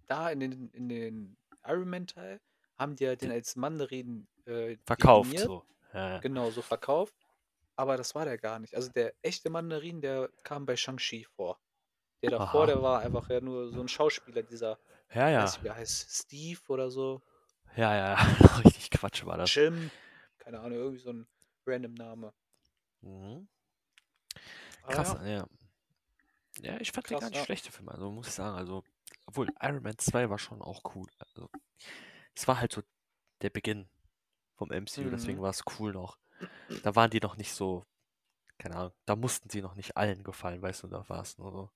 Speaker 1: da in den, in den Iron Man Teil haben die ja den als Mandarin äh,
Speaker 2: Verkauft,
Speaker 1: definiert.
Speaker 2: so. Ja, ja.
Speaker 1: Genau, so verkauft. Aber das war der gar nicht. Also der echte Mandarin, der kam bei Shang-Chi vor. Der davor,
Speaker 2: Aha.
Speaker 1: der war einfach ja nur so ein Schauspieler, dieser,
Speaker 2: Ja, ja,
Speaker 1: weiß ich wie er heißt, Steve oder so.
Speaker 2: ja, ja, <laughs> ja. richtig Quatsch war das.
Speaker 1: Jim. Keine Ahnung, irgendwie so ein random Name.
Speaker 2: Mhm.
Speaker 1: Aber
Speaker 2: Krass,
Speaker 1: ja,
Speaker 2: ja. Ja, ich fand den
Speaker 1: Krass,
Speaker 2: gar nicht
Speaker 1: ja.
Speaker 2: schlechte Filme, also muss ich sagen, also, obwohl Iron Man 2 war schon auch cool. Also, es war halt so der Beginn vom MCU, deswegen
Speaker 1: Mhm.
Speaker 2: war es cool noch. Da waren die noch nicht so, keine Ahnung, da mussten sie noch nicht allen gefallen, weißt du, da war es nur so.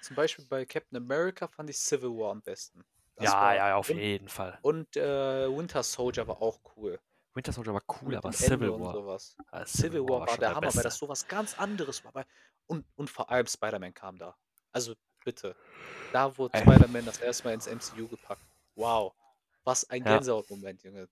Speaker 1: zum Beispiel bei Captain America fand ich Civil War am besten. Das
Speaker 2: Ja,
Speaker 1: war,
Speaker 2: ja, auf
Speaker 1: und,
Speaker 2: jeden Fall.
Speaker 1: und äh, Winter Soldier war auch cool.
Speaker 2: Winter Soldier war cool,
Speaker 1: Mit
Speaker 2: aber
Speaker 1: dem
Speaker 2: Civil
Speaker 1: Ende und
Speaker 2: War,
Speaker 1: sowas.
Speaker 2: ah,
Speaker 1: Civil War war
Speaker 2: schon
Speaker 1: der Hammer, weil
Speaker 2: beste.
Speaker 1: das sowas ganz anderes war. Weil und, und vor allem Spider-Man kam da. Also bitte. Da wurde
Speaker 2: Ey.
Speaker 1: Spider-Man das erste Mal ins MCU gepackt. Wow. Was ein
Speaker 2: Ja.
Speaker 1: Gänsehautmoment, Junge.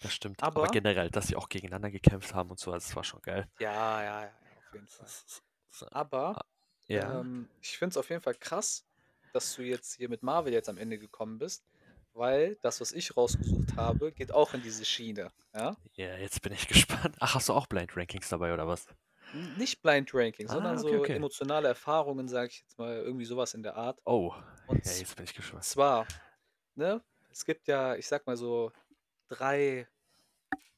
Speaker 2: Das stimmt. Aber,
Speaker 1: Aber,
Speaker 2: generell, dass sie auch gegeneinander gekämpft haben und so, also es war schon geil.
Speaker 1: ja, ja, ja, auf jeden Fall.
Speaker 2: Das ist- das ist-
Speaker 1: Aber,
Speaker 2: Ja.
Speaker 1: ähm, ich finde es auf jeden Fall krass, dass du jetzt hier mit Marvel jetzt am Ende gekommen bist, weil das, was ich rausgesucht habe, geht auch in diese Schiene. Ja?
Speaker 2: ja, jetzt bin ich <laughs> gespannt. Ach, hast du auch Blind Rankings dabei oder was?
Speaker 1: N- Nicht Blind Ranking, sondern
Speaker 2: Ah, okay,
Speaker 1: so
Speaker 2: okay.
Speaker 1: emotionale Erfahrungen, sage ich jetzt mal, irgendwie sowas in der Art.
Speaker 2: Oh,
Speaker 1: Und
Speaker 2: ja, jetzt bin ich gespannt.
Speaker 1: zwar, ne, es gibt ja, ich sag mal so, drei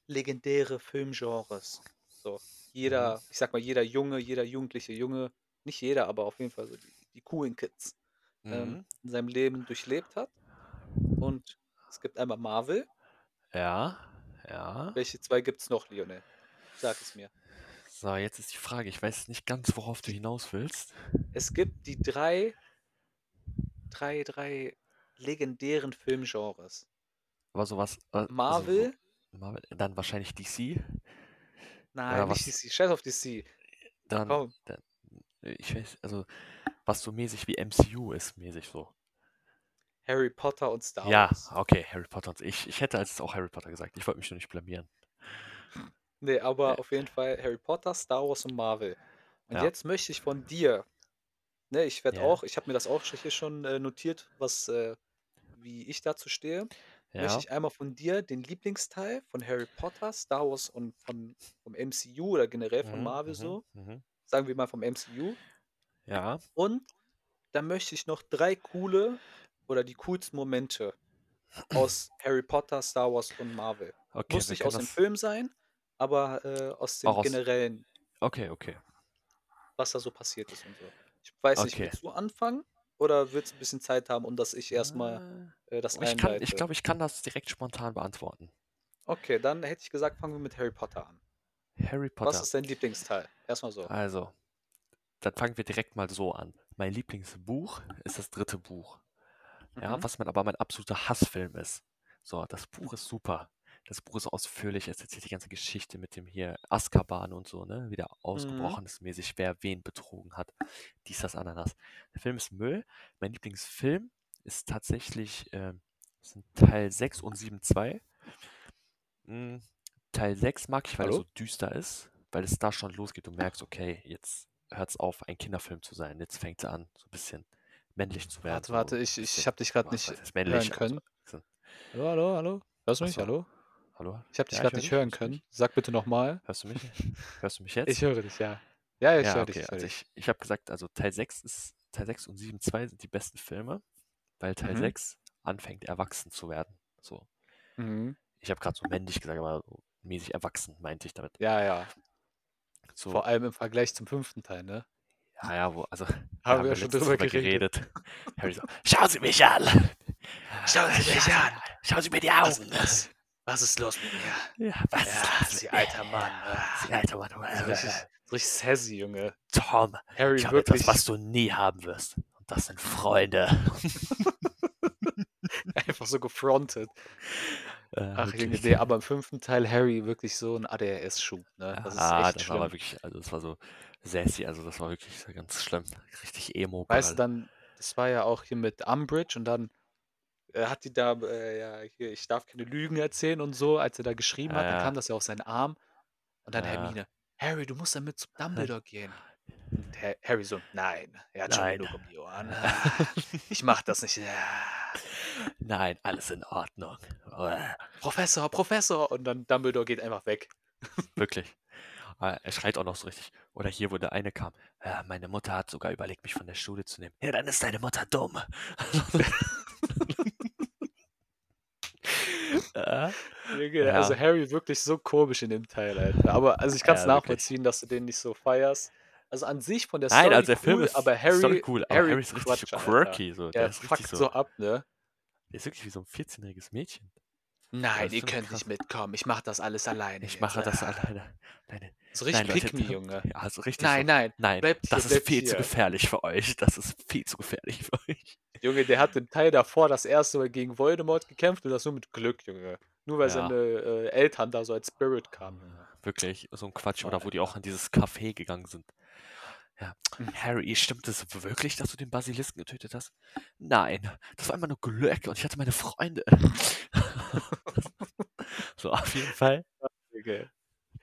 Speaker 1: legendäre Filmgenres. So,
Speaker 2: Mhm.
Speaker 1: jeder, ich sag mal, jeder Junge, jeder Jugendliche, Junge, nicht jeder, aber auf jeden Fall so die, die coolen Kids ähm,
Speaker 2: Mhm.
Speaker 1: in seinem Leben durchlebt hat. Und es gibt einmal Marvel,
Speaker 2: Ja, Ja.
Speaker 1: Welche zwei gibt es noch, Lionel? Sag es mir.
Speaker 2: So, jetzt ist die Frage. Ich weiß nicht ganz, worauf du hinaus willst.
Speaker 1: Es gibt die drei, drei, drei legendären Filmgenres.
Speaker 2: Aber sowas. äh, also so-
Speaker 1: Marvel,
Speaker 2: Marvel. Dann wahrscheinlich DC.
Speaker 1: nein,
Speaker 2: oder
Speaker 1: nicht
Speaker 2: was?
Speaker 1: DC, scheiß auf DC.
Speaker 2: Dann.
Speaker 1: Komm,
Speaker 2: Ich weiß, also, was so mäßig wie MCU ist, mäßig so.
Speaker 1: Harry Potter und Star
Speaker 2: Ja,
Speaker 1: Wars.
Speaker 2: okay, Harry Potter. und- Ich, ich hätte als auch Harry Potter gesagt. Ich wollte mich nur nicht blamieren.
Speaker 1: Nee,
Speaker 2: Ja.
Speaker 1: aber auf jeden Fall Harry Potter, Star Wars und Marvel. Und
Speaker 2: Ja.
Speaker 1: jetzt möchte ich von dir, ne, ich werde
Speaker 2: Ja.
Speaker 1: auch, ich habe mir das auch schon hier schon äh, notiert, was, äh, wie ich dazu stehe,
Speaker 2: Ja,
Speaker 1: möchte ich einmal von dir den Lieblingsteil von Harry Potter, Star Wars und von, vom MCU oder generell von
Speaker 2: Mhm,
Speaker 1: Marvel
Speaker 2: mhm,
Speaker 1: so,
Speaker 2: mhm.
Speaker 1: sagen wir mal vom MCU.
Speaker 2: Ja,
Speaker 1: Und dann möchte ich noch drei coole oder die coolsten Momente aus Harry Potter, Star Wars und Marvel.
Speaker 2: okay.
Speaker 1: Muss
Speaker 2: wir
Speaker 1: nicht aus
Speaker 2: können
Speaker 1: dem
Speaker 2: das-
Speaker 1: Film sein, aber äh, aus dem
Speaker 2: Auch aus-
Speaker 1: generellen
Speaker 2: Okay, okay.
Speaker 1: was da so passiert ist und so. Ich weiß nicht,
Speaker 2: Okay.
Speaker 1: willst du anfangen oder willst du ein bisschen Zeit haben und dass ich erstmal äh, das
Speaker 2: Äh, ich kann,
Speaker 1: einleite?
Speaker 2: ich glaube, ich kann das direkt spontan beantworten.
Speaker 1: okay, dann hätte ich gesagt, fangen wir mit Harry Potter an.
Speaker 2: Harry
Speaker 1: Was
Speaker 2: Potter.
Speaker 1: ist dein Lieblingsteil? Erstmal so.
Speaker 2: Also, dann fangen wir direkt mal so an. Mein Lieblingsbuch ist das dritte Buch. Ja,
Speaker 1: Mhm.
Speaker 2: was mein, aber mein absoluter Hassfilm ist. So, das Buch ist super. Das Buch ist ausführlich. Es erzählt die ganze Geschichte mit dem hier Azkaban und so, ne? Wie der
Speaker 1: Mhm.
Speaker 2: ausgebrochen ist, mäßig, wer wen betrogen hat. Dies, das, Ananas. Der Film ist Müll. Mein Lieblingsfilm ist tatsächlich ähm, sind Teil 6 und 7, 2. Mm, Teil 6 mag ich, weil er
Speaker 1: Hallo?
Speaker 2: so düster ist, weil es da schon losgeht. Du merkst, okay, jetzt hört es auf, ein Kinderfilm zu sein. Jetzt fängt es an, so ein bisschen männlich zu werden.
Speaker 1: Warte,
Speaker 2: so
Speaker 1: warte,
Speaker 2: ein
Speaker 1: ich, ich
Speaker 2: bisschen-
Speaker 1: habe dich gerade
Speaker 2: was
Speaker 1: nicht
Speaker 2: heißt jetzt männlich,
Speaker 1: hören können.
Speaker 2: Also,
Speaker 1: Hallo, hallo, hallo. Hörst du
Speaker 2: Ach
Speaker 1: mich?
Speaker 2: so.
Speaker 1: Hallo?
Speaker 2: hallo?
Speaker 1: Ich habe dich
Speaker 2: Ja,
Speaker 1: gerade
Speaker 2: höre
Speaker 1: nicht
Speaker 2: dich,
Speaker 1: hören
Speaker 2: hörst du
Speaker 1: können.
Speaker 2: mich?
Speaker 1: Sag bitte nochmal. <laughs>
Speaker 2: Hörst du mich? Hörst du mich jetzt?
Speaker 1: Ich höre dich, ja. Ja, ja, ich
Speaker 2: ja,
Speaker 1: höre dich.
Speaker 2: okay.
Speaker 1: Ich höre
Speaker 2: Also
Speaker 1: dich.
Speaker 2: ich, ich habe gesagt, also Teil 6 ist, Teil 6 und 7, 2 sind die besten Filme, weil Teil
Speaker 1: Mhm.
Speaker 2: 6 anfängt, erwachsen zu werden. So.
Speaker 1: Mhm.
Speaker 2: Ich habe gerade so männlich gesagt, aber so mäßig erwachsen, meinte ich damit.
Speaker 1: Ja, ja.
Speaker 2: So,
Speaker 1: Vor allem im Vergleich zum fünften Teil, ne?
Speaker 2: ja, ja, wo,
Speaker 1: <laughs>
Speaker 2: also, da
Speaker 1: Haben wir ja schon
Speaker 2: letztens
Speaker 1: drüber geredet.
Speaker 2: Harry so, schauen Sie mich an!
Speaker 1: Schauen Sie mich an!
Speaker 2: Schauen Sie mir die
Speaker 1: Was
Speaker 2: Augen
Speaker 1: ist los? Was ist los mit
Speaker 2: <laughs>
Speaker 1: mir?
Speaker 2: Ja, was?
Speaker 1: Ja,
Speaker 2: was-
Speaker 1: Sie alter Mann.
Speaker 2: Ja, Sie alter Mann. also,
Speaker 1: So richtig, so Also richtig sassy, Junge.
Speaker 2: Tom,
Speaker 1: Harry
Speaker 2: ich habe
Speaker 1: wirklich.
Speaker 2: etwas, was du nie haben wirst. Und das sind Freunde.
Speaker 1: <laughs> einfach so gefrontet.
Speaker 2: Äh,
Speaker 1: Ach, Junge,
Speaker 2: wirklich. <laughs>
Speaker 1: nee, aber im fünften Teil Harry wirklich so ein ADHS-Schub, ne? Das ist
Speaker 2: ah,
Speaker 1: echt
Speaker 2: das
Speaker 1: schlimm.
Speaker 2: war wirklich, also das war so sassy, also das war wirklich so ganz schlimm. Richtig emo.
Speaker 1: Weißt du,
Speaker 2: gerade.
Speaker 1: dann, das war ja auch hier mit Umbridge und dann äh, hat die da, äh, ja, hier, ich darf keine Lügen erzählen und so, als er da geschrieben hat, dann
Speaker 2: Ja.
Speaker 1: kam das ja auf seinen Arm und dann
Speaker 2: Ja.
Speaker 1: Hermine, Harry, du musst damit zum Dumbledore gehen. Und Ha- Harry so, nein, er hat
Speaker 2: Nein.
Speaker 1: schon genug um die
Speaker 2: <laughs>
Speaker 1: Ohren. Ah, Ich mach das nicht. Ah.
Speaker 2: Nein, alles in Ordnung. Äh,
Speaker 1: Professor, Professor! Und dann Dumbledore geht einfach weg.
Speaker 2: Wirklich. Äh, Er schreit auch noch so richtig. Oder hier, wo der eine kam. Äh, Meine Mutter hat sogar überlegt, mich von der Schule zu nehmen. Ja, dann ist deine Mutter
Speaker 1: <laughs>
Speaker 2: dumm. <laughs> Äh,
Speaker 1: Junge,
Speaker 2: Ja.
Speaker 1: Also Harry wirklich so komisch in dem Teil, Alter. Aber also ich kann es
Speaker 2: Ja, wirklich.
Speaker 1: nachvollziehen, dass du den nicht so feierst. Also an sich von der Story
Speaker 2: Nein, also der Film
Speaker 1: cool,
Speaker 2: ist
Speaker 1: aber
Speaker 2: die Story
Speaker 1: Harry,
Speaker 2: cool, aber
Speaker 1: Harry
Speaker 2: Harry ist richtig
Speaker 1: Quatscher, Alter.
Speaker 2: quirky. So. Der
Speaker 1: der
Speaker 2: ist richtig
Speaker 1: fuckt
Speaker 2: so,
Speaker 1: so ab, ne?
Speaker 2: der ist wirklich wie so ein 14-jähriges Mädchen.
Speaker 1: Nein,
Speaker 2: Das ist
Speaker 1: ihr
Speaker 2: schon
Speaker 1: könnt
Speaker 2: krass.
Speaker 1: nicht mitkommen. Ich mach das alles alleine.
Speaker 2: Ich
Speaker 1: jetzt.
Speaker 2: mache das
Speaker 1: Ah.
Speaker 2: alleine. Nein,
Speaker 1: So
Speaker 2: nein,
Speaker 1: richtig
Speaker 2: Leute,
Speaker 1: pick me,
Speaker 2: da-
Speaker 1: Junge.
Speaker 2: Ja, also richtig
Speaker 1: Nein,
Speaker 2: so.
Speaker 1: nein.
Speaker 2: Nein,
Speaker 1: Bleibt hier,
Speaker 2: das ist
Speaker 1: bleibt
Speaker 2: viel zu
Speaker 1: hier.
Speaker 2: gefährlich für euch. Das ist viel zu gefährlich für euch.
Speaker 1: Junge, der hat den Teil davor das erste Mal gegen Voldemort gekämpft und das nur mit Glück, Junge. Nur weil
Speaker 2: Ja.
Speaker 1: seine äh, Eltern da so als Spirit kamen, Junge.
Speaker 2: Wirklich, so ein Quatsch.
Speaker 1: Boah,
Speaker 2: Oder wo die auch in dieses Café gegangen sind. Ja.
Speaker 1: Hm.
Speaker 2: Harry, stimmt es wirklich, dass du den Basilisken getötet hast? Nein, das war immer nur Glück und ich hatte meine Freunde. <laughs> so, auf jeden Fall.
Speaker 1: Junge.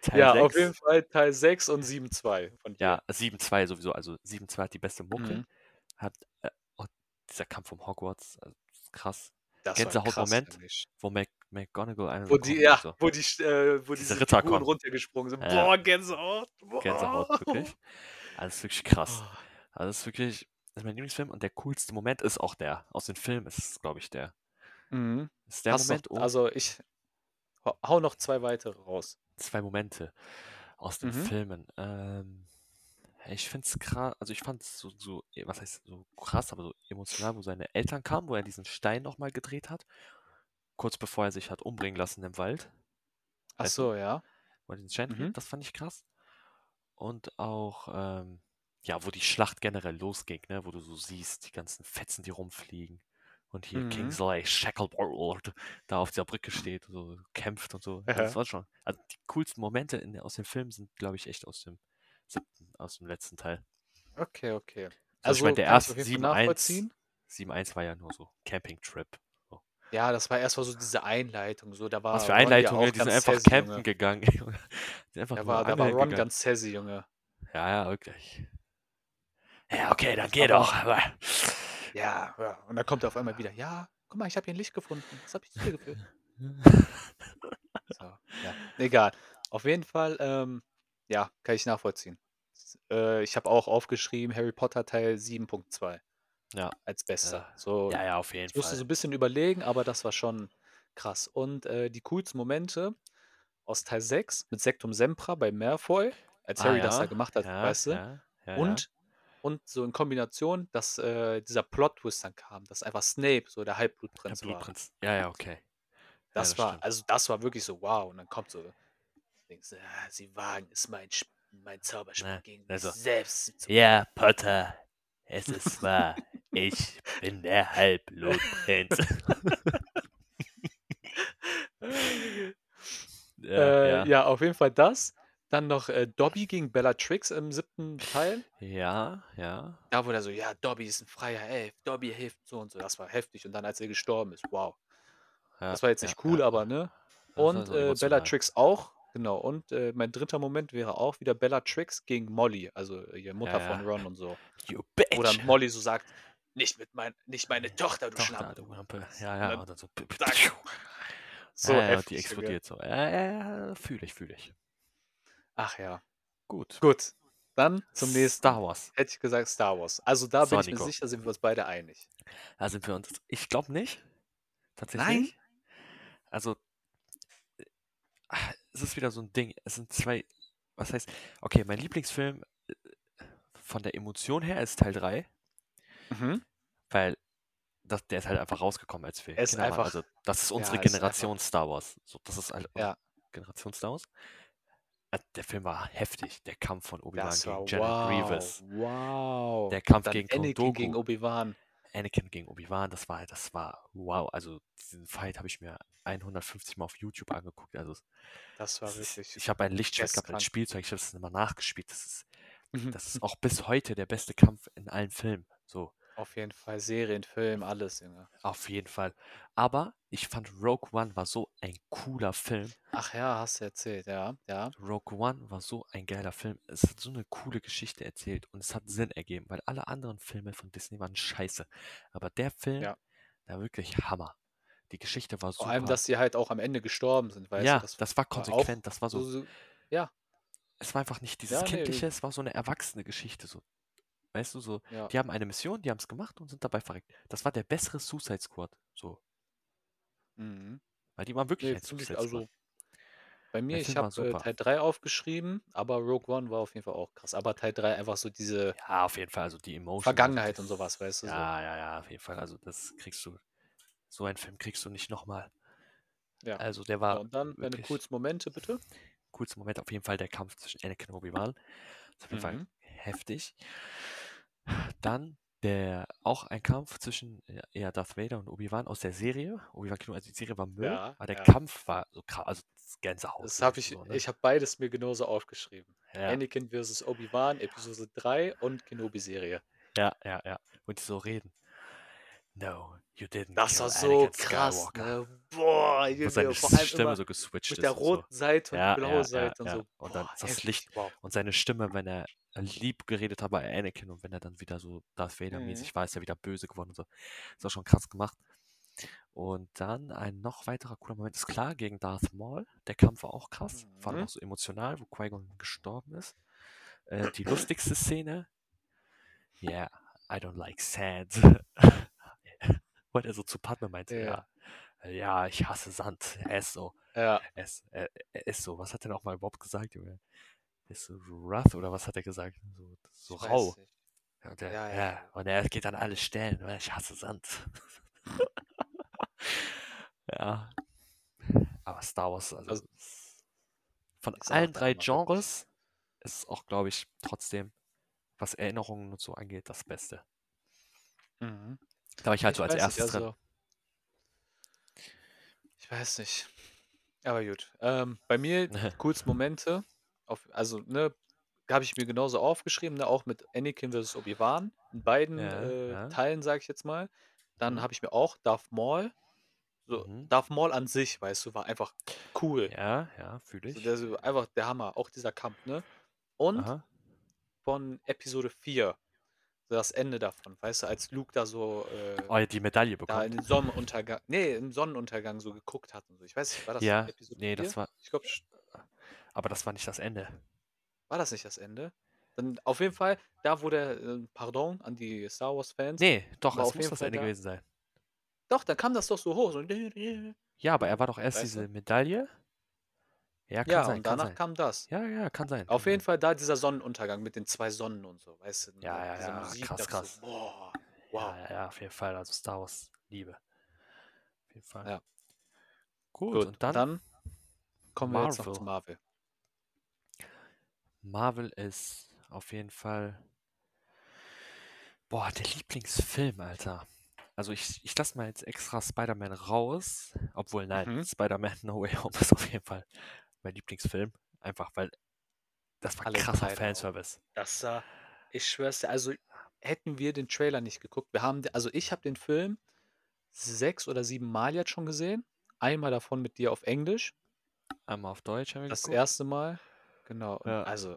Speaker 2: Teil
Speaker 1: Ja, auf
Speaker 2: sechs.
Speaker 1: jeden Fall Teil 6 und 7-2 von dir.
Speaker 2: Ja, 7-2 sowieso. Also 7-2 hat die beste Mucke.
Speaker 1: Mhm.
Speaker 2: Hat äh, oh, dieser Kampf um Hogwarts, also, das ist krass.
Speaker 1: Das
Speaker 2: Gänsehaut-Moment.
Speaker 1: nämlich.
Speaker 2: Wo Mac McGonagall einen
Speaker 1: Wo die,
Speaker 2: kommt
Speaker 1: ja,
Speaker 2: und so.
Speaker 1: wo die, Sch- äh, wo
Speaker 2: Diese
Speaker 1: diese,
Speaker 2: Ritter
Speaker 1: Figuren
Speaker 2: kommen.
Speaker 1: runtergesprungen sind.
Speaker 2: Ja.
Speaker 1: Boah, Gänsehaut. Boah. Oh.
Speaker 2: Gänsehaut,
Speaker 1: <laughs>
Speaker 2: wirklich. Alles wirklich krass. Also das ist wirklich das ist mein Lieblingsfilm und der coolste Moment ist auch der. Aus dem Film ist es, glaube ich, der.
Speaker 1: Mhm.
Speaker 2: Ist der
Speaker 1: Hast noch,
Speaker 2: Moment oh. und
Speaker 1: also ich hau- hau noch zwei weitere raus.
Speaker 2: zwei Momente aus den
Speaker 1: Mhm.
Speaker 2: Filmen. Ähm, ich finde es krass, also ich fand es so, so, eh, was heißt so krass, aber so emotional, wo seine Eltern kamen, wo er diesen Stein nochmal gedreht hat, kurz bevor er sich hat umbringen lassen im Wald.
Speaker 1: Ach
Speaker 2: Weißt du?
Speaker 1: so, ja.
Speaker 2: Wo er den Chant
Speaker 1: Mhm.
Speaker 2: hielt, das fand ich krass. Und auch, ähm, ja, wo die Schlacht generell losging, ne? Wo du so siehst, die ganzen Fetzen, die rumfliegen. Und hier
Speaker 1: Mhm.
Speaker 2: Kingsley Shacklebolt da auf der Brücke steht und so kämpft und so. Also
Speaker 1: Ja.
Speaker 2: das war schon. Also die coolsten Momente in, aus dem Film sind, glaube ich, echt aus dem siebten, aus dem letzten Teil.
Speaker 1: Okay, okay.
Speaker 2: Also ich meine, der
Speaker 1: kann ich auf
Speaker 2: erste
Speaker 1: jeden Fall
Speaker 2: 7-1,
Speaker 1: nachvollziehen.
Speaker 2: 7-1 war ja nur so Camping-Trip.
Speaker 1: Ja, das war erstmal so diese Einleitung. So, Ah, da war
Speaker 2: Was für
Speaker 1: Ron ja
Speaker 2: Einleitungen, ne?
Speaker 1: auch
Speaker 2: die sind
Speaker 1: ganz
Speaker 2: einfach
Speaker 1: sassy,
Speaker 2: campen
Speaker 1: Junge.
Speaker 2: gegangen. <laughs> Junge. Die sind einfach
Speaker 1: Da
Speaker 2: nur
Speaker 1: war, da war
Speaker 2: angeln
Speaker 1: Ron
Speaker 2: gegangen.
Speaker 1: ganz sassy, Junge.
Speaker 2: Ja, ja, wirklich. Ja, okay, dann geh
Speaker 1: Aber-
Speaker 2: doch. Aber <laughs>
Speaker 1: Ja, ja. Und dann kommt er auf einmal wieder, ja, guck mal, ich habe hier ein Licht gefunden. Das habe ich zu dir geführt. So, ja. Egal. Auf jeden Fall, ähm, ja, kann ich nachvollziehen. S- Äh, ich habe auch aufgeschrieben, Harry Potter Teil 7.2.
Speaker 2: Ja.
Speaker 1: Als bester.
Speaker 2: Ja.
Speaker 1: So,
Speaker 2: ja, ja, auf jeden
Speaker 1: ich musste so
Speaker 2: Fall.
Speaker 1: ein bisschen überlegen, aber das war schon krass. Und äh, die coolsten Momente aus Teil 6 mit Sektum Sempra bei Malfoy, als
Speaker 2: Ah,
Speaker 1: Harry
Speaker 2: ja.
Speaker 1: das da gemacht hat,
Speaker 2: ja,
Speaker 1: weißt du?
Speaker 2: Ja, ja,
Speaker 1: Und, und so in Kombination, dass äh, dieser Plot-Twist dann kam, dass einfach Snape so der
Speaker 2: ja. Der
Speaker 1: Halbblutprinz war.
Speaker 2: Blutprinz. Ja, ja, okay.
Speaker 1: Das,
Speaker 2: das
Speaker 1: war,
Speaker 2: stimmt.
Speaker 1: also das war wirklich so, wow. Und dann kommt so, denkst, du, ah, sie wagen es mein, Sp- mein Zauberspiel
Speaker 2: Ne,
Speaker 1: gegen
Speaker 2: also,
Speaker 1: mich selbst. zu-
Speaker 2: Ja, Potter, es ist wahr. Ich bin der
Speaker 1: <laughs>
Speaker 2: Halbblutprinz. <laughs> ja,
Speaker 1: äh,
Speaker 2: ja.
Speaker 1: ja. auf jeden Fall das. Dann noch äh, Dobby gegen Bellatrix im siebten Teil.
Speaker 2: Ja, ja.
Speaker 1: Da wurde er so, ja, Dobby ist ein freier Elf, Dobby hilft so und so. Das war heftig. Und dann, als er gestorben ist, wow.
Speaker 2: ja
Speaker 1: Das war jetzt
Speaker 2: ja,
Speaker 1: nicht cool,
Speaker 2: ja.
Speaker 1: aber ne.
Speaker 2: Das war
Speaker 1: Und
Speaker 2: so
Speaker 1: äh,
Speaker 2: emotional.
Speaker 1: Bellatrix auch. Genau. Und äh, mein dritter Moment wäre auch wieder Bellatrix gegen Molly, also äh, die Mutter
Speaker 2: Ja,
Speaker 1: von
Speaker 2: ja.
Speaker 1: Ron und so.
Speaker 2: You
Speaker 1: Oder
Speaker 2: bitch.
Speaker 1: Molly so sagt, nicht mit mein, nicht meine Tochter, du
Speaker 2: Doch, da,
Speaker 1: Schlampe.
Speaker 2: du Lampe. Ja,
Speaker 1: Und
Speaker 2: ja.
Speaker 1: dann
Speaker 2: Und dann so.
Speaker 1: zack. So
Speaker 2: ja, ja, und die
Speaker 1: heftig, Junge.
Speaker 2: explodiert so. Ja, ja, ja, fühle ich, fühle ich.
Speaker 1: Ach ja.
Speaker 2: Gut.
Speaker 1: Gut. Dann zum nächsten.
Speaker 2: Star Wars.
Speaker 1: Hätte ich gesagt Star Wars. Also da bin ich
Speaker 2: Sonico.
Speaker 1: mir sicher, sind wir uns beide einig.
Speaker 2: Da Ah, sind wir uns. Ich glaube nicht. Tatsächlich.
Speaker 1: Nein?
Speaker 2: nicht. Also, äh, es ist wieder so ein Ding. Es sind zwei. Was heißt. Okay, mein Lieblingsfilm äh, von der Emotion her ist Teil 3,
Speaker 1: Mhm.
Speaker 2: weil das, der ist halt einfach rausgekommen als wir.
Speaker 1: Er ist
Speaker 2: Kinder waren.
Speaker 1: einfach-
Speaker 2: also, das ist unsere
Speaker 1: ja, es ist einfach-
Speaker 2: Generation Star Wars. So, das ist halt unsere
Speaker 1: Ja.
Speaker 2: Generation Star Wars. Äh, Der Film war heftig. Der Kampf von Obi-Wan
Speaker 1: Das war
Speaker 2: gegen General
Speaker 1: wow.
Speaker 2: Grievous.
Speaker 1: Wow.
Speaker 2: Der Kampf
Speaker 1: Dann
Speaker 2: gegen Count
Speaker 1: Anakin gegen
Speaker 2: Dooku.
Speaker 1: Obi-Wan.
Speaker 2: Anakin gegen Obi-Wan, das war, das war wow. Also diesen Fight habe ich mir 150 Mal auf YouTube angeguckt. Also es-
Speaker 1: Das war
Speaker 2: es ist,
Speaker 1: wirklich.
Speaker 2: ich habe ein Lichtschwert gehabt, ein
Speaker 1: geisteskrank.
Speaker 2: Spielzeug, ich habe es immer nachgespielt.
Speaker 1: <laughs>
Speaker 2: Das ist,
Speaker 1: Mhm.
Speaker 2: das ist auch bis heute der beste Kampf in allen Filmen. So,
Speaker 1: Auf jeden Fall Serien, Film, alles, Junge.
Speaker 2: auf jeden Fall. Aber ich fand Rogue One war so ein cooler Film.
Speaker 1: Ach ja, hast du erzählt, ja, ja.
Speaker 2: Rogue One war so ein geiler Film. Es hat so eine coole Geschichte erzählt und es hat Sinn ergeben, weil alle anderen Filme von Disney waren scheiße. Aber der Film,
Speaker 1: Ja.
Speaker 2: der war wirklich Hammer. Die Geschichte war
Speaker 1: Vor
Speaker 2: super.
Speaker 1: allem, dass sie halt auch am Ende gestorben sind, weißt
Speaker 2: ja,
Speaker 1: du?
Speaker 2: das, war
Speaker 1: auch
Speaker 2: konsequent. Das war so,
Speaker 1: so, so,
Speaker 2: es war einfach nicht
Speaker 1: Ja,
Speaker 2: dieses
Speaker 1: nee,
Speaker 2: kindliche, es war so eine erwachsene Geschichte. So, weißt du, so,
Speaker 1: ja.
Speaker 2: die haben eine Mission, die haben es gemacht und sind dabei verreckt. Das war der bessere Suicide Squad. So,
Speaker 1: Mhm.
Speaker 2: weil die waren wirklich
Speaker 1: Nee,
Speaker 2: ein
Speaker 1: finde
Speaker 2: Suicide
Speaker 1: ich
Speaker 2: Squad.
Speaker 1: also. Bei mir, ich
Speaker 2: Film war
Speaker 1: habe äh,
Speaker 2: super.
Speaker 1: Teil 3 aufgeschrieben, aber Rogue One war auf jeden Fall auch krass. Aber Teil 3 einfach so diese
Speaker 2: Ja, auf jeden Fall. Also die Emotion.
Speaker 1: Vergangenheit
Speaker 2: also
Speaker 1: und sowas, weißt du, so.
Speaker 2: Ja, ja, ja, auf jeden Fall. Also das kriegst du. So einen Film kriegst du nicht nochmal.
Speaker 1: Ja.
Speaker 2: Also der
Speaker 1: Ja,
Speaker 2: war
Speaker 1: und dann deine
Speaker 2: wirklich
Speaker 1: coolsten Momente, bitte.
Speaker 2: kurzer Moment. Auf jeden Fall der Kampf zwischen Anakin und Obi-Wan. Ist auf jeden Fall
Speaker 1: Mhm.
Speaker 2: heftig. Dann der auch ein Kampf zwischen äh, ja, Darth Vader und Obi-Wan aus der Serie. Obi-Wan Kenobi, also die Serie war Müll,
Speaker 1: Ja,
Speaker 2: aber der
Speaker 1: ja.
Speaker 2: Kampf war so krass, also das ist Gänsehaut.
Speaker 1: Das
Speaker 2: weißt
Speaker 1: habe
Speaker 2: du,
Speaker 1: ich,
Speaker 2: so, ne?
Speaker 1: ich habe beides mir genauso aufgeschrieben.
Speaker 2: ja,
Speaker 1: Anakin vs. Obi-Wan, Episode 3 und Kenobi-Serie.
Speaker 2: ja, ja, ja. Und die so reden. No, you didn't
Speaker 1: Das
Speaker 2: kill
Speaker 1: war so
Speaker 2: Anakin
Speaker 1: krass,
Speaker 2: Skywalker.
Speaker 1: ne? Boah,
Speaker 2: Wo seine
Speaker 1: Junge, vor allem
Speaker 2: Stimme
Speaker 1: immer
Speaker 2: so geswitcht
Speaker 1: mit
Speaker 2: ist
Speaker 1: der
Speaker 2: und so.
Speaker 1: roten Seite und
Speaker 2: Ja, ja,
Speaker 1: blauen
Speaker 2: ja,
Speaker 1: Seite und
Speaker 2: ja.
Speaker 1: so.
Speaker 2: Und dann
Speaker 1: Boah,
Speaker 2: das
Speaker 1: heftig,
Speaker 2: Licht
Speaker 1: wow.
Speaker 2: und seine Stimme, wenn er lieb geredet hat bei Anakin und wenn er dann wieder so Darth
Speaker 1: Mhm.
Speaker 2: Vader-mäßig war, ist er wieder böse geworden und so. Ist auch schon krass gemacht. Und dann ein noch weiterer cooler Moment ist klar gegen Darth Maul. Der Kampf war auch krass, vor allem
Speaker 1: Mhm.
Speaker 2: auch so emotional, wo Qui-Gon gestorben ist. Äh, die lustigste Szene. Yeah, I don't like sand. <laughs> Weil er so zu Padme meinte,
Speaker 1: Ja.
Speaker 2: ja. Ja, ich hasse Sand. Er ist so.
Speaker 1: Ja,
Speaker 2: Er ist, er, er äh, ist so. Was hat er noch mal überhaupt gesagt, Junge? Er Ist so rough oder was hat er gesagt? So, so
Speaker 1: ich
Speaker 2: rau.
Speaker 1: weiß nicht.
Speaker 2: Ja, Und er,
Speaker 1: Ja,
Speaker 2: ja,
Speaker 1: ja, ja.
Speaker 2: und er geht an alle Stellen. weil Ich hasse Sand. <laughs> ja. Aber Star Wars, also,
Speaker 1: Also-
Speaker 2: s- Von
Speaker 1: Ist auch
Speaker 2: allen
Speaker 1: da
Speaker 2: drei
Speaker 1: immer wirklich.
Speaker 2: Genres ist es auch, glaube ich, trotzdem, was Erinnerungen und so angeht, das Beste.
Speaker 1: Mhm.
Speaker 2: Da war ich halt
Speaker 1: Ich
Speaker 2: so als
Speaker 1: weiß nicht,
Speaker 2: erstes drin.
Speaker 1: also. Ich weiß nicht. Aber gut. Ähm, bei
Speaker 2: <laughs>
Speaker 1: mir kurz Momente, auf, also ne, habe ich mir genauso aufgeschrieben, ne, auch mit Anakin vs. Obi-Wan, in beiden
Speaker 2: Ja,
Speaker 1: äh,
Speaker 2: ja.
Speaker 1: Teilen, sage ich jetzt mal. Dann
Speaker 2: Mhm.
Speaker 1: habe ich mir auch Darth Maul, so
Speaker 2: Mhm.
Speaker 1: Darth Maul an sich, weißt du, war einfach cool.
Speaker 2: Ja, ja, fühle
Speaker 1: also So,
Speaker 2: ich.
Speaker 1: der ist einfach der Hammer, auch dieser Kampf, ne? Und
Speaker 2: Aha.
Speaker 1: von Episode 4, so das Ende davon, weißt du, als Luke da so äh,
Speaker 2: Oh, ja, die Medaille
Speaker 1: da in
Speaker 2: bekommt.
Speaker 1: den Sonnenuntergang, nee, im Sonnenuntergang so geguckt hat und so. Ich weiß nicht, war das
Speaker 2: Ja,
Speaker 1: Episode 4?
Speaker 2: nee, das war.
Speaker 1: Ich glaube,
Speaker 2: Aber das war nicht das Ende.
Speaker 1: War das nicht das Ende? Dann auf jeden Fall, da wo der, äh, pardon an die Star Wars-Fans,
Speaker 2: Nee, doch,
Speaker 1: aber
Speaker 2: es
Speaker 1: auf
Speaker 2: muss
Speaker 1: jeden
Speaker 2: das
Speaker 1: Fall
Speaker 2: Ende
Speaker 1: da.
Speaker 2: gewesen sein.
Speaker 1: Doch, da kam das doch so hoch. So, weißt
Speaker 2: Ja, aber er war doch erst
Speaker 1: du?
Speaker 2: diese Medaille. Ja, kann
Speaker 1: Ja,
Speaker 2: sein,
Speaker 1: und
Speaker 2: kann
Speaker 1: danach
Speaker 2: sein.
Speaker 1: kam das.
Speaker 2: Ja, ja, kann sein, kann
Speaker 1: Auf jeden
Speaker 2: sein.
Speaker 1: Fall da dieser Sonnenuntergang mit den zwei Sonnen und so, weißt du? Und
Speaker 2: Ja,
Speaker 1: dann
Speaker 2: ja,
Speaker 1: diese
Speaker 2: ja,
Speaker 1: Musik
Speaker 2: krass,
Speaker 1: dazu.
Speaker 2: krass.
Speaker 1: Boah,
Speaker 2: Ja,
Speaker 1: wow.
Speaker 2: ja, ja, auf jeden Fall. Also Star Wars Liebe. Auf jeden Fall.
Speaker 1: Ja,
Speaker 2: Gut,
Speaker 1: gut.
Speaker 2: und
Speaker 1: Und
Speaker 2: dann
Speaker 1: dann kommen wir jetzt noch zu
Speaker 2: Marvel.
Speaker 1: Marvel.
Speaker 2: Marvel ist auf jeden Fall. Boah, der Lieblingsfilm, Alter. Also ich, ich lasse mal jetzt extra Spider-Man raus. Obwohl, nein,
Speaker 1: Mhm.
Speaker 2: Spider-Man No Way Home <laughs> ist auf jeden Fall mein Lieblingsfilm. Einfach weil das war
Speaker 1: Alle
Speaker 2: krasser
Speaker 1: drei da auch.
Speaker 2: Fanservice.
Speaker 1: Das sah, ich schwör's dir, also hätten wir den Trailer nicht geguckt, wir haben, de- also ich habe den Film sechs oder sieben Mal jetzt schon gesehen. Einmal davon mit dir auf Englisch.
Speaker 2: Einmal auf Deutsch haben wir
Speaker 1: Das
Speaker 2: geguckt.
Speaker 1: erste Mal. Genau. Und
Speaker 2: Ja.
Speaker 1: also,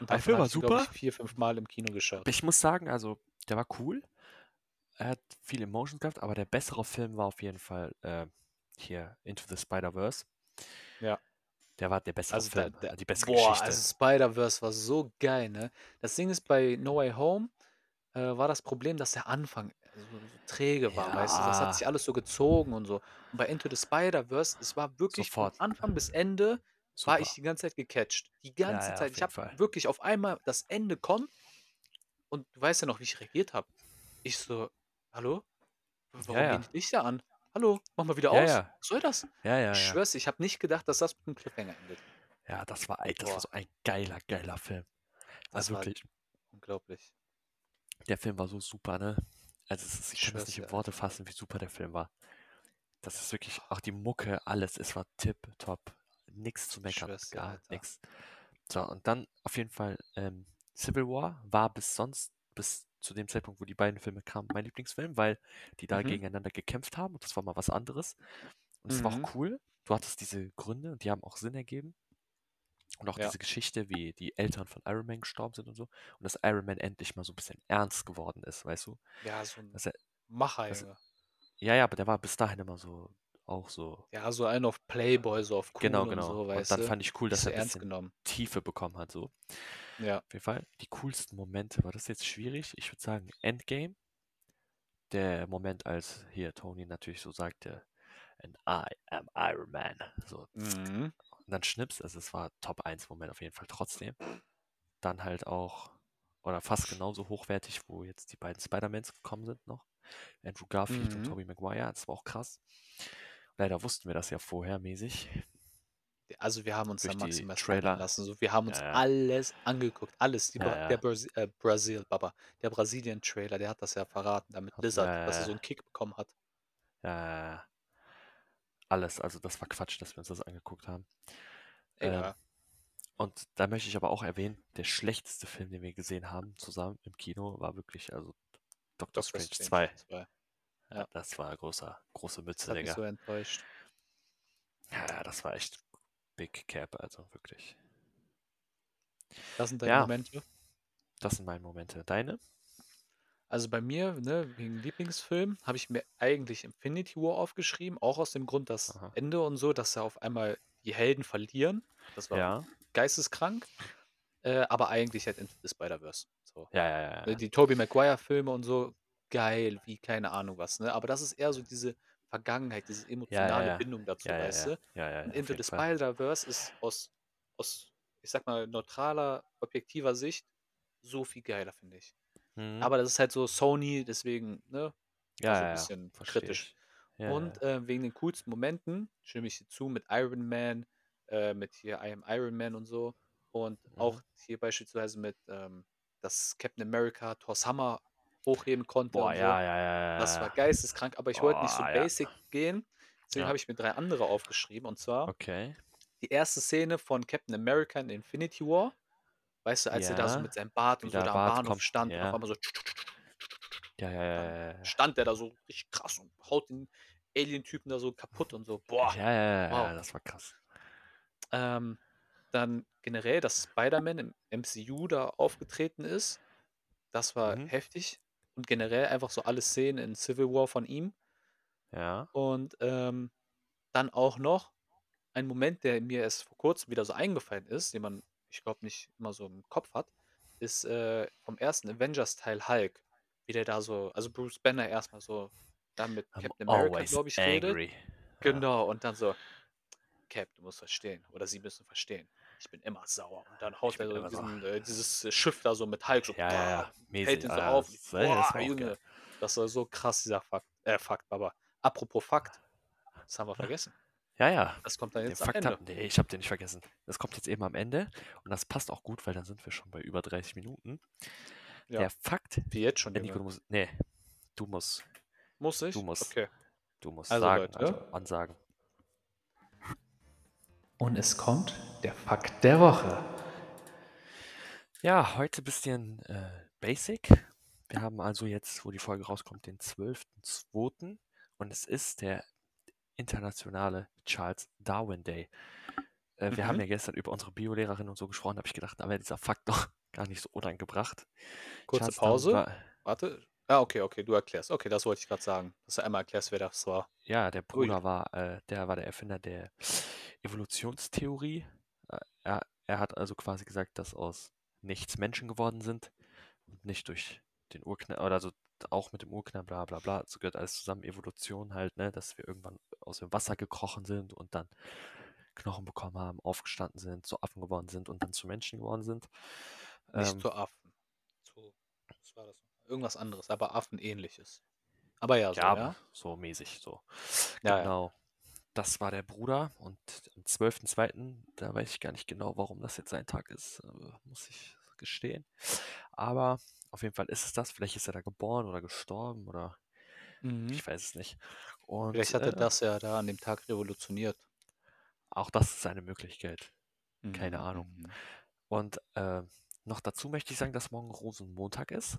Speaker 1: und
Speaker 2: Der
Speaker 1: davon
Speaker 2: Film
Speaker 1: habe
Speaker 2: war
Speaker 1: ich ihn, glaube ich,
Speaker 2: super.
Speaker 1: vier, fünf Mal im Kino geschaut.
Speaker 2: Ich muss sagen, also der war cool. Er hat viel Emotions gehabt, aber der bessere Film war auf jeden Fall äh, hier Into the Spider-Verse.
Speaker 1: Ja.
Speaker 2: Der war der bessere
Speaker 1: Also, da,
Speaker 2: Film,
Speaker 1: da,
Speaker 2: die bessere
Speaker 1: boah,
Speaker 2: Geschichte.
Speaker 1: also Spider-Verse war so geil, ne? Das Ding ist, bei No Way Home äh, war das Problem, dass der Anfang so, so träge war, weißt du? Das hat
Speaker 2: Ja,
Speaker 1: sich alles so gezogen und so. Und bei Into the Spider-Verse, es war wirklich von
Speaker 2: sofort.
Speaker 1: Anfang bis Ende, war ich
Speaker 2: Super.
Speaker 1: die ganze Zeit gecatcht. Die
Speaker 2: Ja,
Speaker 1: ganze
Speaker 2: ja,
Speaker 1: Zeit.
Speaker 2: auf
Speaker 1: Ich
Speaker 2: jeden
Speaker 1: habe
Speaker 2: Fall.
Speaker 1: wirklich auf einmal das Ende kommt und du weißt ja noch, wie ich reagiert habe. Ich so, hallo? "W-
Speaker 2: Ja,
Speaker 1: Warum gehen
Speaker 2: ja.
Speaker 1: die Lichter an? Hallo, mach mal wieder
Speaker 2: Ja,
Speaker 1: aus.
Speaker 2: ja.
Speaker 1: Was soll das?
Speaker 2: Ja, ja,
Speaker 1: Ich
Speaker 2: ja.
Speaker 1: schwör's, ich habe nicht gedacht, dass das mit einem Cliffhanger endet.
Speaker 2: Ja, das war, ey, das war
Speaker 1: Boah,
Speaker 2: so ein geiler, geiler Film.
Speaker 1: das
Speaker 2: Also
Speaker 1: war
Speaker 2: wirklich,
Speaker 1: unglaublich.
Speaker 2: der Film war so super, ne? Also es ist, ich
Speaker 1: Ich
Speaker 2: kann das
Speaker 1: schwör's
Speaker 2: nicht
Speaker 1: dir,
Speaker 2: in Worte
Speaker 1: Alter.
Speaker 2: fassen, wie super der Film war. Das ist wirklich,
Speaker 1: Boah,
Speaker 2: auch die Mucke, alles, es war tipptopp. Nix zu
Speaker 1: ich
Speaker 2: meckern,
Speaker 1: schwör's dir,
Speaker 2: gar
Speaker 1: Alter.
Speaker 2: nix. So, und dann auf jeden Fall, ähm, Civil War war bis sonst, bis zu dem Zeitpunkt, wo die beiden Filme kamen, mein Lieblingsfilm, weil die da
Speaker 1: Mhm.
Speaker 2: gegeneinander gekämpft haben und das war mal was anderes. Und es war
Speaker 1: Mhm.
Speaker 2: auch cool. Du hattest diese Gründe und die haben auch Sinn ergeben. Und auch
Speaker 1: Ja,
Speaker 2: diese Geschichte, wie die Eltern von Iron Man gestorben sind und so. Und dass Iron Man endlich mal so ein bisschen ernst geworden ist, weißt du?
Speaker 1: ja, so ein
Speaker 2: Dass er,
Speaker 1: Macher,
Speaker 2: dass er,
Speaker 1: Junge.
Speaker 2: ja, ja, aber der war bis dahin immer so, auch so.
Speaker 1: Ja, so einen auf Playboy, so auf
Speaker 2: Genau,
Speaker 1: cool und
Speaker 2: genau.
Speaker 1: so,
Speaker 2: Und
Speaker 1: weißt
Speaker 2: dann
Speaker 1: du?
Speaker 2: fand ich cool,
Speaker 1: Nicht
Speaker 2: dass
Speaker 1: so
Speaker 2: er ein
Speaker 1: ernst
Speaker 2: bisschen
Speaker 1: genommen.
Speaker 2: Tiefe bekommen hat, so. Auf
Speaker 1: Ja,
Speaker 2: jeden Fall, die coolsten Momente, war das jetzt schwierig? Ich würde sagen, Endgame. Der Moment, als hier Tony natürlich so sagte, and I am Iron Man. So.
Speaker 1: mhm.
Speaker 2: Und dann schnips, also es war Top 1 Moment auf jeden Fall trotzdem. Dann halt auch, oder fast genauso hochwertig, wo jetzt die beiden Spider-Mans gekommen sind noch. Andrew Garfield und
Speaker 1: Mhm.
Speaker 2: Tobey Maguire, das war auch krass. Leider wussten wir das ja vorher mäßig
Speaker 1: Also wir haben uns da
Speaker 2: durch die
Speaker 1: maximal spoilern
Speaker 2: Trailer.
Speaker 1: lassen. So, wir haben uns
Speaker 2: Ja, ja,
Speaker 1: alles angeguckt, alles. Die
Speaker 2: ja,
Speaker 1: Bra der
Speaker 2: ja.
Speaker 1: Brasi äh, Brasil, Baba, der Brasilien-Trailer, der hat das ja verraten, damit
Speaker 2: Hat- Ja,
Speaker 1: Lizard, dass er
Speaker 2: ja,
Speaker 1: so einen Kick bekommen hat.
Speaker 2: ja, ja, ja. Äh, alles. Also das war Quatsch, dass wir uns das angeguckt haben. Ähm,
Speaker 1: Egal.
Speaker 2: und da möchte ich aber auch erwähnen, der schlechteste Film, den wir gesehen haben zusammen im Kino, war wirklich also
Speaker 1: Doctor
Speaker 2: Doctor Strange
Speaker 1: Strange
Speaker 2: 2.
Speaker 1: 2.
Speaker 2: Ja,
Speaker 1: Ja,
Speaker 2: das war großer, große
Speaker 1: das
Speaker 2: Mütze,
Speaker 1: hat mich
Speaker 2: Digga.
Speaker 1: so enttäuscht.
Speaker 2: Ja, das war echt Big Cap, also wirklich.
Speaker 1: Das sind deine
Speaker 2: Ja,
Speaker 1: Momente.
Speaker 2: das sind meine Momente. Deine?
Speaker 1: Also bei mir, ne, wegen Lieblingsfilm, habe ich mir eigentlich Infinity War aufgeschrieben, auch aus dem Grund, das
Speaker 2: Aha.
Speaker 1: Ende und so, dass da auf einmal die Helden verlieren. Das war
Speaker 2: Ja.
Speaker 1: geisteskrank, äh, aber eigentlich halt Into the Spider-Verse. So.
Speaker 2: Ja, ja, ja,
Speaker 1: Ne,
Speaker 2: ja.
Speaker 1: die Tobey Maguire-Filme und so, geil, wie keine Ahnung was, ne? Aber das ist eher so diese Vergangenheit, diese
Speaker 2: Ja, ja,
Speaker 1: emotionale
Speaker 2: ja.
Speaker 1: Bindung dazu,
Speaker 2: Ja, ja,
Speaker 1: weißt
Speaker 2: ja.
Speaker 1: du?
Speaker 2: Ja, ja,
Speaker 1: Und
Speaker 2: ja, auf
Speaker 1: Into the
Speaker 2: jeden Fall.
Speaker 1: Spider-Verse ist aus, aus, ich sag mal, neutraler, objektiver Sicht so viel geiler, finde ich.
Speaker 2: Mhm.
Speaker 1: Aber das ist halt so Sony, deswegen, ne, war so
Speaker 2: Ja,
Speaker 1: ein
Speaker 2: ja, ja.
Speaker 1: bisschen
Speaker 2: Verstehe
Speaker 1: kritisch.
Speaker 2: ich. Ja, ja,
Speaker 1: Und
Speaker 2: ja.
Speaker 1: äh, wegen den coolsten Momenten stimme ich dir zu mit Iron Man, äh, mit hier I am Iron Man und so. Und
Speaker 2: Mhm.
Speaker 1: auch hier beispielsweise mit, ähm, dass Captain America Thor's Hammer hochheben konnte.
Speaker 2: Boah,
Speaker 1: und so.
Speaker 2: ja, ja, ja, ja.
Speaker 1: Das war
Speaker 2: ja.
Speaker 1: geisteskrank, aber ich wollte nicht so
Speaker 2: Boah, ja.
Speaker 1: basic gehen. Deswegen
Speaker 2: Ja.
Speaker 1: habe ich mir drei andere aufgeschrieben. Und zwar
Speaker 2: Okay.
Speaker 1: die erste Szene von Captain America in Infinity War. Weißt du, als er da so
Speaker 2: Ja.
Speaker 1: mit seinem Bart und
Speaker 2: Wie
Speaker 1: so
Speaker 2: der
Speaker 1: da am
Speaker 2: Bart
Speaker 1: Bahnhof
Speaker 2: kommt,
Speaker 1: stand und
Speaker 2: ja.
Speaker 1: auf einmal so
Speaker 2: Ja, ja, ja, ja, ja.
Speaker 1: stand der da so richtig krass und haut den Alien-Typen da so kaputt und so. Boah.
Speaker 2: Ja, ja, ja,
Speaker 1: wow.
Speaker 2: ja, das war krass.
Speaker 1: Ähm, dann generell, dass Spider-Man im MCU da aufgetreten ist. Das war
Speaker 2: Mhm.
Speaker 1: heftig. Und generell einfach so alle Szenen in Civil War von ihm.
Speaker 2: Ja.
Speaker 1: Und ähm, dann auch noch ein Moment, der mir erst vor kurzem wieder so eingefallen ist, den man, ich glaube, nicht immer so im Kopf hat, ist äh, vom ersten Avengers-Teil Hulk. Wie der da so, also Bruce Banner erstmal so dann mit
Speaker 2: I'm
Speaker 1: Captain America,
Speaker 2: always
Speaker 1: glaube ich, redet.
Speaker 2: angry. Ja.
Speaker 1: Genau, und dann so, Cap, du musst verstehen, oder sie müssen verstehen. Ich bin immer sauer. Und dann haut
Speaker 2: Ich
Speaker 1: er
Speaker 2: bin
Speaker 1: so
Speaker 2: immer sauer.
Speaker 1: diesen, äh, dieses äh, Schiff da so mit Hulk so,
Speaker 2: Ja, ja, ja.
Speaker 1: boah,
Speaker 2: Mäßig.
Speaker 1: hält ihn so
Speaker 2: ja,
Speaker 1: auf.
Speaker 2: Das, ja, das
Speaker 1: Boah,
Speaker 2: war auch
Speaker 1: Junge.
Speaker 2: geil.
Speaker 1: Das war so krass, dieser Fakt. Äh, Fakt, aber apropos Fakt, das haben wir vergessen.
Speaker 2: Ah. Ja, ja.
Speaker 1: Das kommt dann
Speaker 2: Den
Speaker 1: jetzt am
Speaker 2: Fakt
Speaker 1: Ende.
Speaker 2: hatten, nee, ich habe den nicht vergessen. Das kommt jetzt eben am Ende und das passt auch gut, weil dann sind wir schon bei über 30 Minuten.
Speaker 1: Ja.
Speaker 2: Der Fakt,
Speaker 1: Wie jetzt schon,
Speaker 2: der Nico,
Speaker 1: Junge.
Speaker 2: du musst, nee, du musst,
Speaker 1: Muss ich?
Speaker 2: du musst.
Speaker 1: Okay.
Speaker 2: du musst
Speaker 1: Also,
Speaker 2: sagen,
Speaker 1: Leute.
Speaker 2: also ansagen.
Speaker 1: Und es kommt der Fakt der Woche.
Speaker 2: Ja, heute bisschen äh, basic. Wir haben also jetzt, wo die Folge rauskommt, den 12.02. und es ist der internationale Charles Darwin Day. Äh, wir haben
Speaker 1: Mhm.
Speaker 2: ja gestern über unsere Biolehrerin und so gesprochen, habe ich gedacht, da wäre dieser Fakt noch <laughs> gar nicht so unangebracht.
Speaker 1: Kurze
Speaker 2: Charles Darwin
Speaker 1: Pause.
Speaker 2: War,
Speaker 1: Warte. Ah, okay, okay, du erklärst. Okay, das wollte ich gerade sagen. Dass du einmal erklärst, wer das war.
Speaker 2: ja, der
Speaker 1: Ui.
Speaker 2: Bruder war, äh, der war der Erfinder der Evolutionstheorie. Äh, Er, er hat also quasi gesagt, dass aus nichts Menschen geworden sind und nicht durch den Urknall, oder also auch mit dem Urknall, bla bla bla, so gehört alles zusammen, Evolution halt, ne, dass wir irgendwann aus dem Wasser gekrochen sind und dann Knochen bekommen haben, aufgestanden sind, zu Affen geworden sind und dann zu Menschen geworden sind.
Speaker 1: Nicht
Speaker 2: Ähm,
Speaker 1: zu Affen. Zu, was war das? Irgendwas anderes, aber Affenähnliches. Aber ja, so,
Speaker 2: ja,
Speaker 1: ja.
Speaker 2: aber so mäßig, so.
Speaker 1: Ja, ja.
Speaker 2: genau. Das war der Bruder und am 12.02., da weiß ich gar nicht genau, warum das jetzt sein Tag ist, äh, muss ich gestehen. Aber auf jeden Fall ist es das. Vielleicht ist er da geboren oder gestorben oder
Speaker 1: Mhm.
Speaker 2: ich weiß es nicht. Und
Speaker 1: Vielleicht hat er
Speaker 2: äh,
Speaker 1: das ja da an dem Tag revolutioniert.
Speaker 2: auch das ist eine Möglichkeit. Keine
Speaker 1: Mhm,
Speaker 2: Ahnung.
Speaker 1: mhm.
Speaker 2: Und äh, noch dazu möchte ich sagen, dass morgen Rosenmontag ist.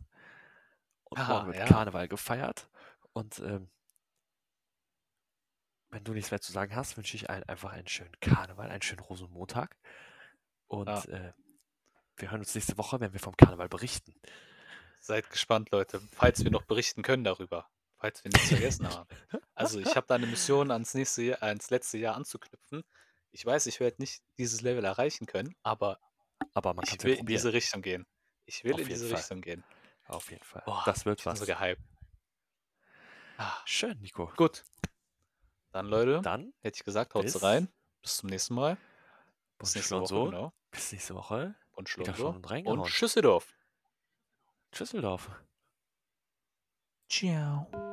Speaker 2: Und
Speaker 1: Aha,
Speaker 2: morgen wird
Speaker 1: Ah, ja.
Speaker 2: Karneval gefeiert. Und ähm, wenn du nichts mehr zu sagen hast, wünsche ich allen einfach einen schönen Karneval, einen schönen Rosenmontag. Und
Speaker 1: Ja.
Speaker 2: äh, wir hören uns nächste Woche, wenn wir vom Karneval berichten.
Speaker 1: Seid gespannt, Leute, falls wir noch berichten können darüber. Falls wir nichts vergessen haben. Also ich habe da eine Mission ans nächste Jahr, ans letzte Jahr anzuknüpfen. Ich weiß, ich werde nicht dieses Level erreichen können, aber
Speaker 2: Aber man kann
Speaker 1: ich
Speaker 2: es ja
Speaker 1: will in
Speaker 2: probieren.
Speaker 1: diese Richtung gehen. Ich will
Speaker 2: Auf
Speaker 1: in
Speaker 2: jeden
Speaker 1: diese
Speaker 2: Fall.
Speaker 1: Richtung gehen.
Speaker 2: Auf jeden Fall.
Speaker 1: Boah,
Speaker 2: das wird
Speaker 1: ich bin
Speaker 2: was.
Speaker 1: so gehypt. Ah,
Speaker 2: Schön, Nico.
Speaker 1: gut. Dann, Leute,
Speaker 2: Dann
Speaker 1: hätte ich gesagt, haut's
Speaker 2: bis-
Speaker 1: rein. Bis zum nächsten Mal. Bis
Speaker 2: Bund
Speaker 1: nächste
Speaker 2: Schlund
Speaker 1: Woche,
Speaker 2: so.
Speaker 1: genau.
Speaker 2: Bis nächste Woche.
Speaker 1: Und Schlund
Speaker 2: Wieder schon
Speaker 1: so.
Speaker 2: und
Speaker 1: Und
Speaker 2: reingehauen.
Speaker 1: Schüsseldorf.
Speaker 2: Tschüsseldorf.
Speaker 1: Ciao.